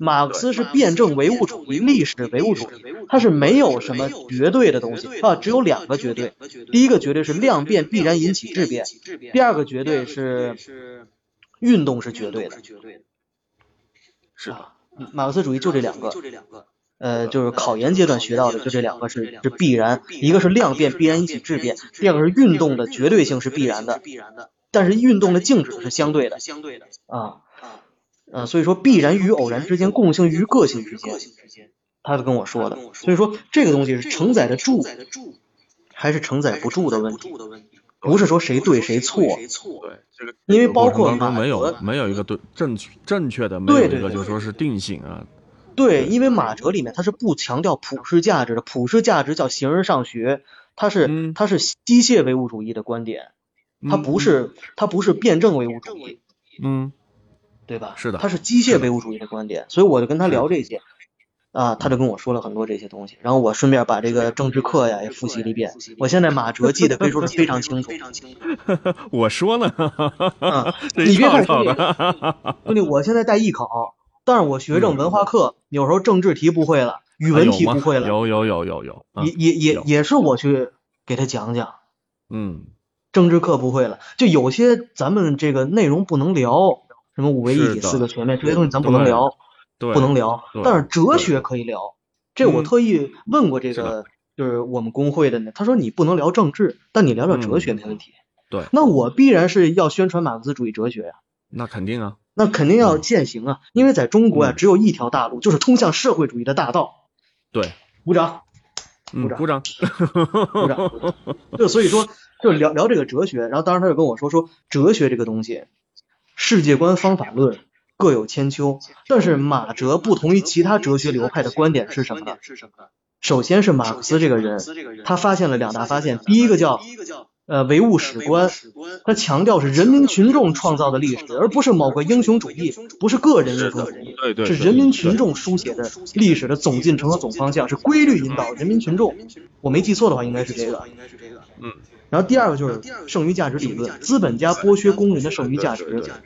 Speaker 7: 马克
Speaker 2: 对
Speaker 7: 思
Speaker 8: 马
Speaker 7: 是
Speaker 8: 克
Speaker 7: 辩
Speaker 8: 思是
Speaker 7: 证唯物
Speaker 8: 辩
Speaker 7: 主
Speaker 8: 证
Speaker 7: 义、
Speaker 8: 唯
Speaker 7: 历
Speaker 8: 物
Speaker 7: 史
Speaker 8: 主义、
Speaker 7: 唯
Speaker 8: 历
Speaker 7: 物
Speaker 8: 史
Speaker 7: 主义
Speaker 8: 唯物主，义，
Speaker 7: 它是没
Speaker 8: 它
Speaker 7: 有
Speaker 8: 是
Speaker 7: 什
Speaker 8: 没
Speaker 7: 么
Speaker 8: 有什
Speaker 7: 绝
Speaker 8: 么
Speaker 7: 对的东
Speaker 8: 绝
Speaker 7: 西
Speaker 8: 对的
Speaker 7: 啊，
Speaker 8: 东
Speaker 7: 只
Speaker 8: 西
Speaker 7: 有两
Speaker 8: 啊，
Speaker 7: 个
Speaker 8: 只
Speaker 7: 绝
Speaker 8: 有
Speaker 7: 对
Speaker 8: 两，个绝对。啊
Speaker 7: 第一个绝对是
Speaker 8: 第一个
Speaker 7: 量
Speaker 8: 绝对是
Speaker 7: 变必
Speaker 8: 量
Speaker 7: 然引
Speaker 8: 变
Speaker 7: 起
Speaker 8: 必
Speaker 7: 质
Speaker 8: 然引
Speaker 7: 变，
Speaker 8: 起质变，
Speaker 7: 第二个绝
Speaker 8: 第二
Speaker 7: 对
Speaker 8: 个绝对
Speaker 7: 是
Speaker 8: 是
Speaker 7: 运动是绝
Speaker 8: 运
Speaker 7: 对
Speaker 8: 动
Speaker 7: 的
Speaker 8: 是绝对的。
Speaker 2: 是的，
Speaker 7: 啊。马克思主义就
Speaker 8: 马
Speaker 7: 这
Speaker 8: 克思
Speaker 7: 两
Speaker 8: 主义啊就，这
Speaker 7: 个
Speaker 8: 两个，
Speaker 7: 呃，就是
Speaker 8: 呃，
Speaker 7: 考
Speaker 8: 就
Speaker 7: 研
Speaker 8: 是
Speaker 7: 阶段
Speaker 8: 考
Speaker 7: 学
Speaker 8: 研
Speaker 7: 到
Speaker 8: 阶
Speaker 7: 的
Speaker 8: 段
Speaker 7: 就这
Speaker 8: 学
Speaker 7: 两
Speaker 8: 到
Speaker 7: 个
Speaker 8: 的就是这两
Speaker 7: 是
Speaker 8: 个
Speaker 7: 必
Speaker 8: 是
Speaker 7: 然，
Speaker 8: 必
Speaker 7: 一个
Speaker 8: 然
Speaker 7: 是，量
Speaker 8: 一个
Speaker 7: 变
Speaker 8: 是
Speaker 7: 必然
Speaker 8: 量
Speaker 7: 引起
Speaker 8: 变
Speaker 7: 质
Speaker 8: 必然引
Speaker 7: 变
Speaker 8: 起，质
Speaker 7: 第二个
Speaker 8: 变
Speaker 7: 是，
Speaker 8: 第
Speaker 7: 运
Speaker 8: 二
Speaker 7: 动
Speaker 8: 个
Speaker 7: 的
Speaker 8: 是
Speaker 7: 绝
Speaker 8: 运
Speaker 7: 对
Speaker 8: 动
Speaker 7: 性
Speaker 8: 的
Speaker 7: 是
Speaker 8: 绝
Speaker 7: 必
Speaker 8: 对
Speaker 7: 然
Speaker 8: 性是
Speaker 7: 的，
Speaker 8: 必然的，
Speaker 7: 但是运动
Speaker 8: 但
Speaker 7: 的
Speaker 8: 是
Speaker 7: 静
Speaker 8: 运
Speaker 7: 止
Speaker 8: 动
Speaker 7: 是
Speaker 8: 的
Speaker 7: 相
Speaker 8: 静
Speaker 7: 对
Speaker 8: 止
Speaker 7: 的
Speaker 8: 是相对的
Speaker 7: 啊。
Speaker 8: 啊。
Speaker 7: 呃，所以说必
Speaker 8: 啊，所
Speaker 7: 然
Speaker 8: 以说
Speaker 7: 与
Speaker 8: 必
Speaker 7: 偶然
Speaker 8: 然
Speaker 7: 之
Speaker 8: 与
Speaker 7: 间、
Speaker 8: 偶
Speaker 7: 共
Speaker 8: 然
Speaker 7: 性
Speaker 8: 之
Speaker 7: 与
Speaker 8: 间、
Speaker 7: 个
Speaker 8: 共
Speaker 7: 性
Speaker 8: 性与
Speaker 7: 之
Speaker 8: 个
Speaker 7: 间，
Speaker 8: 性之间，
Speaker 7: 他是跟我
Speaker 8: 他
Speaker 7: 说
Speaker 8: 是
Speaker 7: 的。
Speaker 8: 跟我
Speaker 7: 所
Speaker 8: 说
Speaker 7: 以
Speaker 8: 的。
Speaker 7: 说这个东西是
Speaker 8: 这个
Speaker 7: 承
Speaker 8: 东
Speaker 7: 载
Speaker 8: 西
Speaker 7: 得
Speaker 8: 是承
Speaker 7: 住
Speaker 8: 载得住
Speaker 7: 还是承载
Speaker 8: 还
Speaker 7: 不
Speaker 8: 是承
Speaker 7: 住的
Speaker 8: 载
Speaker 7: 问
Speaker 8: 不
Speaker 7: 题，
Speaker 8: 住的问题，
Speaker 7: 不是说谁
Speaker 8: 不是
Speaker 7: 对
Speaker 8: 说谁对
Speaker 7: 谁错，
Speaker 8: 谁错。
Speaker 2: 对这个
Speaker 7: 因为
Speaker 2: 这个过
Speaker 7: 包
Speaker 2: 程
Speaker 7: 括
Speaker 2: 当中
Speaker 7: 马
Speaker 2: 没有
Speaker 7: 哲，
Speaker 2: 没有一个对正确正确的，没
Speaker 7: 对
Speaker 2: 有一
Speaker 7: 对
Speaker 2: 个
Speaker 7: 对
Speaker 2: 就说是定性啊，
Speaker 7: 对，
Speaker 2: 对
Speaker 7: 因为马哲里面他是不强调普世价值的，普世价值叫形而上学，它是
Speaker 2: 嗯
Speaker 7: 它是机械唯物主义的观点，它
Speaker 2: 嗯
Speaker 7: 不是它不是辩证唯物主义，
Speaker 2: 嗯，
Speaker 7: 对吧？
Speaker 2: 是的
Speaker 7: 它是机
Speaker 2: 是
Speaker 7: 械
Speaker 2: 的
Speaker 7: 唯物主义的观点，所以我就跟他
Speaker 2: 是
Speaker 7: 聊
Speaker 2: 的
Speaker 7: 这些。啊，他就跟我说了很多这些东西，然后我顺便把这个政治课呀也复习了一遍。我现在马哲记得可以说是非常清楚。
Speaker 8: 非常清楚。
Speaker 2: 我说呢，
Speaker 7: 嗯，
Speaker 2: 这一
Speaker 7: 你别
Speaker 2: 套一
Speaker 7: 看兄
Speaker 2: 套
Speaker 7: 弟，
Speaker 8: 嗯
Speaker 2: 的，
Speaker 7: 兄弟，我现在带艺考，但是我
Speaker 2: 嗯
Speaker 7: 学这种文化课，有时候政治题不会了，语
Speaker 2: 啊
Speaker 7: 文
Speaker 2: 有
Speaker 7: 题
Speaker 2: 吗
Speaker 7: 不？会了，
Speaker 2: 有有有有有啊
Speaker 7: 也，也也
Speaker 2: 有
Speaker 7: 也是我去给他讲讲。
Speaker 2: 嗯，
Speaker 7: 政治课不会了，就有些咱们这个内容不能聊，什么五位一
Speaker 2: 是
Speaker 7: 体、四
Speaker 2: 的，
Speaker 7: 个全面这些东西咱不能
Speaker 2: 对
Speaker 7: 聊，
Speaker 2: 对
Speaker 7: 不能聊。
Speaker 2: 对
Speaker 7: 但是哲
Speaker 2: 对，
Speaker 7: 学可以聊，这我
Speaker 2: 嗯
Speaker 7: 特意问过这
Speaker 2: 是的
Speaker 7: 个，就是我们工会的呢，他说你不能聊政治，但你聊聊哲
Speaker 2: 嗯
Speaker 7: 学没问题。
Speaker 2: 对，
Speaker 7: 那我必然是要宣传马克思主义哲学呀、
Speaker 2: 那肯定啊，
Speaker 7: 那肯定要
Speaker 2: 嗯
Speaker 7: 践行啊，因为在中国啊，
Speaker 2: 嗯
Speaker 7: 只有一条大路，就是通向社会主义的大道。
Speaker 2: 对，
Speaker 7: 鼓掌，
Speaker 2: 嗯，
Speaker 7: 鼓
Speaker 2: 鼓掌，
Speaker 7: 鼓掌。 就所以说，就聊聊这个哲学，然后当时他就跟我说说，哲学这个东西，世界观、方法论各有千秋，但是马哲不同于其他哲学流派的观点是什么呢？
Speaker 8: 是什么呢？
Speaker 7: 首先是马
Speaker 8: 首
Speaker 7: 克思
Speaker 8: 先是
Speaker 7: 这个
Speaker 8: 马克
Speaker 7: 人，
Speaker 8: 思这个人，
Speaker 7: 他发现了两
Speaker 8: 他
Speaker 7: 大
Speaker 8: 发
Speaker 7: 发
Speaker 8: 现
Speaker 7: 现，
Speaker 8: 了
Speaker 7: 第
Speaker 8: 两大
Speaker 7: 一个
Speaker 8: 发现，
Speaker 7: 叫
Speaker 8: 第一个叫
Speaker 7: 呃唯物
Speaker 8: 呃
Speaker 7: 史
Speaker 8: 唯物
Speaker 7: 观，
Speaker 8: 史观，
Speaker 7: 他强调是人
Speaker 8: 强
Speaker 7: 民
Speaker 8: 调是
Speaker 7: 群
Speaker 8: 人
Speaker 7: 众
Speaker 8: 民
Speaker 7: 创
Speaker 8: 群
Speaker 7: 造
Speaker 8: 众
Speaker 7: 的历
Speaker 8: 创
Speaker 7: 史，
Speaker 8: 造的
Speaker 7: 而不
Speaker 8: 历
Speaker 7: 是
Speaker 8: 史，
Speaker 7: 某
Speaker 8: 而
Speaker 7: 个
Speaker 8: 不是
Speaker 7: 英雄
Speaker 8: 某个
Speaker 7: 主
Speaker 8: 英
Speaker 7: 义，
Speaker 8: 雄主
Speaker 7: 不是
Speaker 8: 义，
Speaker 7: 个
Speaker 8: 不是
Speaker 7: 人英雄
Speaker 2: 的
Speaker 8: 个
Speaker 7: 主
Speaker 8: 人
Speaker 7: 义，
Speaker 8: 英
Speaker 2: 对
Speaker 8: 雄
Speaker 2: 对
Speaker 8: 主
Speaker 7: 是
Speaker 8: 义，
Speaker 7: 人民
Speaker 2: 对
Speaker 7: 群
Speaker 2: 对，
Speaker 7: 众
Speaker 8: 群
Speaker 7: 书写
Speaker 8: 众
Speaker 7: 的
Speaker 8: 书写
Speaker 7: 历
Speaker 8: 的
Speaker 7: 史的总
Speaker 8: 历史
Speaker 7: 进
Speaker 8: 的
Speaker 7: 程和
Speaker 8: 总
Speaker 7: 总
Speaker 8: 进
Speaker 7: 方
Speaker 8: 程
Speaker 7: 向，
Speaker 8: 和
Speaker 7: 是
Speaker 8: 总
Speaker 7: 规
Speaker 8: 方向
Speaker 7: 律
Speaker 8: 是
Speaker 7: 引
Speaker 8: 规
Speaker 7: 导
Speaker 8: 律
Speaker 7: 人民
Speaker 8: 引
Speaker 7: 群
Speaker 8: 导人
Speaker 7: 众。
Speaker 8: 民群众。
Speaker 7: 我没记错的话，应
Speaker 8: 我
Speaker 7: 该
Speaker 8: 没
Speaker 7: 是
Speaker 8: 记
Speaker 7: 这
Speaker 8: 错的
Speaker 7: 个。
Speaker 8: 话，应该是这个。
Speaker 2: 嗯，
Speaker 7: 然后第二个就
Speaker 8: 然后
Speaker 7: 是
Speaker 8: 第二个就是
Speaker 7: 剩余价值理
Speaker 8: 剩余
Speaker 7: 论，
Speaker 8: 价值
Speaker 7: 资
Speaker 8: 理论，
Speaker 7: 本家
Speaker 8: 资本
Speaker 7: 剥削
Speaker 8: 家
Speaker 7: 工
Speaker 8: 剥
Speaker 7: 人的
Speaker 8: 削
Speaker 7: 剩
Speaker 8: 工
Speaker 7: 余
Speaker 8: 人的
Speaker 7: 价
Speaker 8: 剩余
Speaker 7: 值。
Speaker 8: 价值。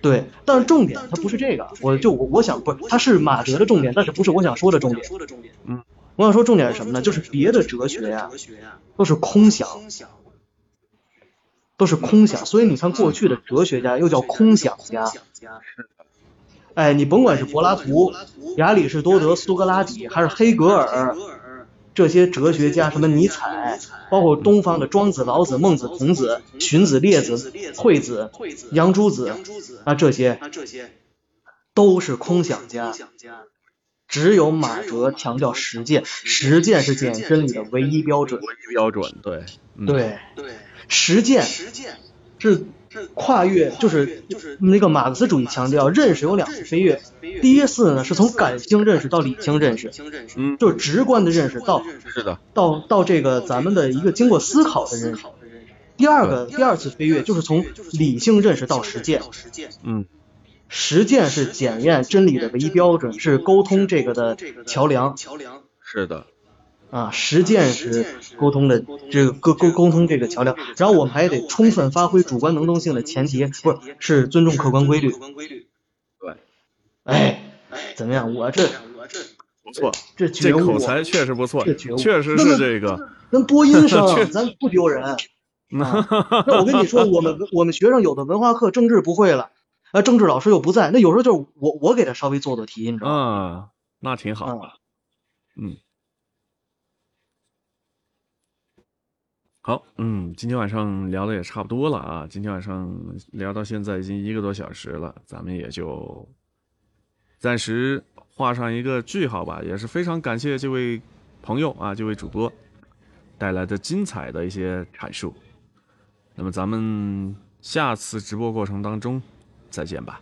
Speaker 7: 对，但是
Speaker 8: 对，
Speaker 7: 重点
Speaker 8: 但是
Speaker 7: 它不
Speaker 8: 重
Speaker 7: 是
Speaker 8: 点
Speaker 7: 这
Speaker 8: 它
Speaker 7: 个，
Speaker 8: 不是
Speaker 7: 我
Speaker 8: 这
Speaker 7: 就
Speaker 8: 个，
Speaker 7: 我
Speaker 8: 我
Speaker 7: 我
Speaker 8: 就
Speaker 7: 想不是，
Speaker 8: 我
Speaker 7: 它
Speaker 8: 想
Speaker 7: 是
Speaker 8: 不是，
Speaker 7: 马
Speaker 8: 它
Speaker 7: 哲
Speaker 8: 是
Speaker 7: 的重
Speaker 8: 马
Speaker 7: 点，
Speaker 8: 哲的
Speaker 7: 但是不
Speaker 8: 重点，
Speaker 7: 是我
Speaker 8: 但
Speaker 7: 想
Speaker 8: 是不
Speaker 7: 说
Speaker 8: 是
Speaker 7: 的
Speaker 8: 我
Speaker 7: 重
Speaker 8: 想
Speaker 7: 点。
Speaker 8: 说的重点。
Speaker 7: 我想说重点
Speaker 8: 我
Speaker 7: 是什
Speaker 8: 想
Speaker 7: 么
Speaker 8: 说
Speaker 7: 呢？
Speaker 8: 重
Speaker 7: 就
Speaker 8: 点是什么呢？
Speaker 7: 是别的
Speaker 8: 就是
Speaker 7: 哲
Speaker 8: 别的
Speaker 7: 学啊，
Speaker 8: 哲学啊，
Speaker 7: 都是
Speaker 8: 都
Speaker 7: 空
Speaker 8: 是
Speaker 7: 想，
Speaker 8: 空想，
Speaker 7: 都是空想。所以你看，
Speaker 8: 所以
Speaker 7: 过
Speaker 8: 你
Speaker 7: 去的
Speaker 8: 看过
Speaker 7: 哲
Speaker 8: 去
Speaker 7: 学
Speaker 8: 的
Speaker 7: 家又
Speaker 8: 哲
Speaker 7: 叫
Speaker 8: 学家
Speaker 7: 空
Speaker 8: 又叫
Speaker 7: 想
Speaker 8: 空
Speaker 7: 家。
Speaker 8: 想家。
Speaker 7: 哎，你甭管
Speaker 8: 哎，
Speaker 7: 是
Speaker 8: 你
Speaker 7: 柏
Speaker 8: 甭
Speaker 7: 拉
Speaker 8: 管是柏
Speaker 7: 图、
Speaker 8: 拉图、
Speaker 7: 亚里士多
Speaker 8: 亚
Speaker 7: 德、
Speaker 8: 里士
Speaker 7: 苏
Speaker 8: 多
Speaker 7: 格拉
Speaker 8: 德、苏
Speaker 7: 底，
Speaker 8: 格
Speaker 7: 还是
Speaker 8: 拉
Speaker 7: 黑
Speaker 8: 底，
Speaker 7: 格
Speaker 8: 还是黑
Speaker 7: 尔
Speaker 8: 格尔，
Speaker 7: 这些哲
Speaker 8: 这
Speaker 7: 学
Speaker 8: 些
Speaker 7: 家，什
Speaker 8: 哲
Speaker 7: 么
Speaker 8: 学
Speaker 7: 尼
Speaker 8: 家，嗯什么尼
Speaker 7: 采，
Speaker 8: 采，
Speaker 7: 包括东方的
Speaker 8: 包
Speaker 7: 庄
Speaker 8: 括
Speaker 7: 子、
Speaker 8: 东方
Speaker 7: 老
Speaker 8: 的
Speaker 7: 子、
Speaker 8: 庄子、
Speaker 7: 孟子、
Speaker 8: 老子、
Speaker 7: 孔
Speaker 8: 孟子
Speaker 7: 子、、
Speaker 8: 孔
Speaker 7: 荀
Speaker 8: 子、
Speaker 7: 子、列
Speaker 8: 荀
Speaker 7: 子、
Speaker 8: 子、列子、
Speaker 7: 惠子、
Speaker 8: 惠子、
Speaker 7: 杨朱子
Speaker 8: 杨朱子
Speaker 7: 啊，这些
Speaker 8: 啊，这些
Speaker 7: 都是空
Speaker 8: 都是
Speaker 7: 想
Speaker 8: 空
Speaker 7: 家。
Speaker 8: 想家。
Speaker 7: 只有马
Speaker 8: 只有
Speaker 7: 哲
Speaker 8: 马
Speaker 7: 强调
Speaker 8: 哲
Speaker 7: 实
Speaker 8: 强调
Speaker 7: 践，
Speaker 8: 实践，
Speaker 7: 实践是
Speaker 8: 实
Speaker 7: 检验
Speaker 8: 践
Speaker 7: 真
Speaker 8: 是
Speaker 7: 理的
Speaker 8: 检验
Speaker 7: 唯
Speaker 8: 真理
Speaker 7: 一
Speaker 8: 的
Speaker 7: 标
Speaker 8: 唯
Speaker 7: 准。
Speaker 8: 一
Speaker 2: 标
Speaker 8: 标准。
Speaker 2: 准对，嗯，
Speaker 7: 对，
Speaker 8: 对，
Speaker 7: 实践
Speaker 8: 实践
Speaker 7: 是
Speaker 8: 是
Speaker 7: 跨越，就
Speaker 8: 跨
Speaker 7: 是
Speaker 8: 越，就是
Speaker 7: 那个马克思主义
Speaker 8: 马克
Speaker 7: 强
Speaker 8: 思
Speaker 7: 调
Speaker 8: 主义
Speaker 7: 认
Speaker 8: 强
Speaker 7: 识有
Speaker 8: 调
Speaker 7: 两次
Speaker 8: 认识
Speaker 7: 飞
Speaker 8: 有
Speaker 7: 跃。
Speaker 8: 两次飞跃。
Speaker 7: 第一次呢，
Speaker 8: 第
Speaker 7: 是
Speaker 8: 一
Speaker 7: 从
Speaker 8: 次呢
Speaker 7: 感
Speaker 8: 是从
Speaker 7: 性认识
Speaker 8: 感
Speaker 7: 到
Speaker 8: 性
Speaker 7: 理
Speaker 8: 认
Speaker 7: 性
Speaker 8: 识到
Speaker 7: 认
Speaker 8: 理
Speaker 7: 识，
Speaker 8: 性认识，
Speaker 2: 嗯，
Speaker 7: 就是直观的认
Speaker 8: 直
Speaker 7: 识
Speaker 8: 观的
Speaker 7: 到
Speaker 8: 认识
Speaker 2: 是
Speaker 8: 到
Speaker 2: 的，
Speaker 7: 到到这个
Speaker 8: 到
Speaker 7: 咱
Speaker 8: 这
Speaker 7: 们
Speaker 8: 个
Speaker 7: 的一
Speaker 8: 咱
Speaker 7: 个
Speaker 8: 们
Speaker 7: 经
Speaker 8: 的
Speaker 7: 过
Speaker 8: 一个
Speaker 7: 思
Speaker 8: 经
Speaker 7: 考
Speaker 8: 过
Speaker 7: 的
Speaker 8: 思
Speaker 7: 认识。
Speaker 8: 考的认识。
Speaker 7: 第二
Speaker 2: 对
Speaker 7: 个
Speaker 8: 第
Speaker 7: 第二
Speaker 8: 二
Speaker 7: 次
Speaker 8: 次
Speaker 7: 飞
Speaker 8: 第
Speaker 7: 跃
Speaker 8: 二
Speaker 7: 就是
Speaker 8: 次飞
Speaker 7: 从
Speaker 8: 跃就是从
Speaker 7: 理性认识
Speaker 8: 理
Speaker 7: 到
Speaker 8: 性
Speaker 7: 实
Speaker 8: 认识
Speaker 7: 践，
Speaker 8: 到实践，
Speaker 2: 嗯，
Speaker 7: 实践是
Speaker 8: 实践
Speaker 7: 检
Speaker 8: 是
Speaker 7: 验
Speaker 8: 检
Speaker 7: 真理的
Speaker 8: 验
Speaker 7: 唯一
Speaker 8: 真理
Speaker 7: 标
Speaker 8: 的唯
Speaker 7: 准，
Speaker 8: 一
Speaker 7: 是
Speaker 8: 标
Speaker 7: 沟
Speaker 8: 准，是
Speaker 7: 通这
Speaker 8: 沟
Speaker 7: 个
Speaker 8: 通
Speaker 7: 的
Speaker 8: 这个的
Speaker 7: 桥梁。
Speaker 8: 桥梁。
Speaker 2: 是的，
Speaker 7: 啊，实
Speaker 8: 啊，
Speaker 7: 践
Speaker 8: 实
Speaker 7: 是
Speaker 8: 践是
Speaker 7: 沟通的
Speaker 8: 沟通
Speaker 7: 这
Speaker 8: 的
Speaker 7: 个沟
Speaker 8: 这
Speaker 7: 沟
Speaker 8: 个
Speaker 7: 沟
Speaker 8: 沟
Speaker 7: 通
Speaker 8: 沟
Speaker 7: 这个
Speaker 8: 沟通
Speaker 7: 桥
Speaker 8: 这
Speaker 7: 梁，
Speaker 8: 个
Speaker 7: 然
Speaker 8: 桥
Speaker 7: 后
Speaker 8: 梁，
Speaker 7: 我们还
Speaker 8: 然
Speaker 7: 得
Speaker 8: 后我们还得
Speaker 7: 充分发
Speaker 8: 充
Speaker 7: 挥
Speaker 8: 分
Speaker 7: 主
Speaker 8: 发
Speaker 7: 观能
Speaker 8: 挥主观能
Speaker 7: 动性的
Speaker 8: 动性
Speaker 7: 前提，
Speaker 8: 的
Speaker 7: 不
Speaker 8: 前
Speaker 7: 是
Speaker 8: 提，
Speaker 7: 是尊重
Speaker 8: 是
Speaker 7: 客观
Speaker 8: 尊
Speaker 7: 规
Speaker 8: 重
Speaker 7: 律
Speaker 8: 客。观规律。
Speaker 2: 对，
Speaker 7: 哎，
Speaker 8: 哎，
Speaker 7: 怎么样？我这
Speaker 8: 哎我这
Speaker 2: 不错，
Speaker 7: 这
Speaker 2: 这
Speaker 7: 觉
Speaker 2: 口
Speaker 7: 悟啊，
Speaker 2: 才确实不错，
Speaker 7: 这觉悟，
Speaker 2: 确实
Speaker 7: 那
Speaker 2: 是
Speaker 7: 么
Speaker 2: 这个，
Speaker 7: 咱播音生，
Speaker 2: 确，
Speaker 7: 咱不丢人啊。那我跟你说，我们我们学生有的文化课政治不会了，啊，政治老师又不在，那有时候就是我我给他稍微做做题，你知道吗？
Speaker 2: 嗯，那挺好，
Speaker 7: 啊，
Speaker 2: 嗯，好，嗯，今天晚上聊的也差不多了啊，今天晚上聊到现在已经一个多小时了，咱们也就暂时画上一个句号吧，也是非常感谢这位朋友啊，这位主播带来的精彩的一些阐述。那么咱们下次直播过程当中再见吧。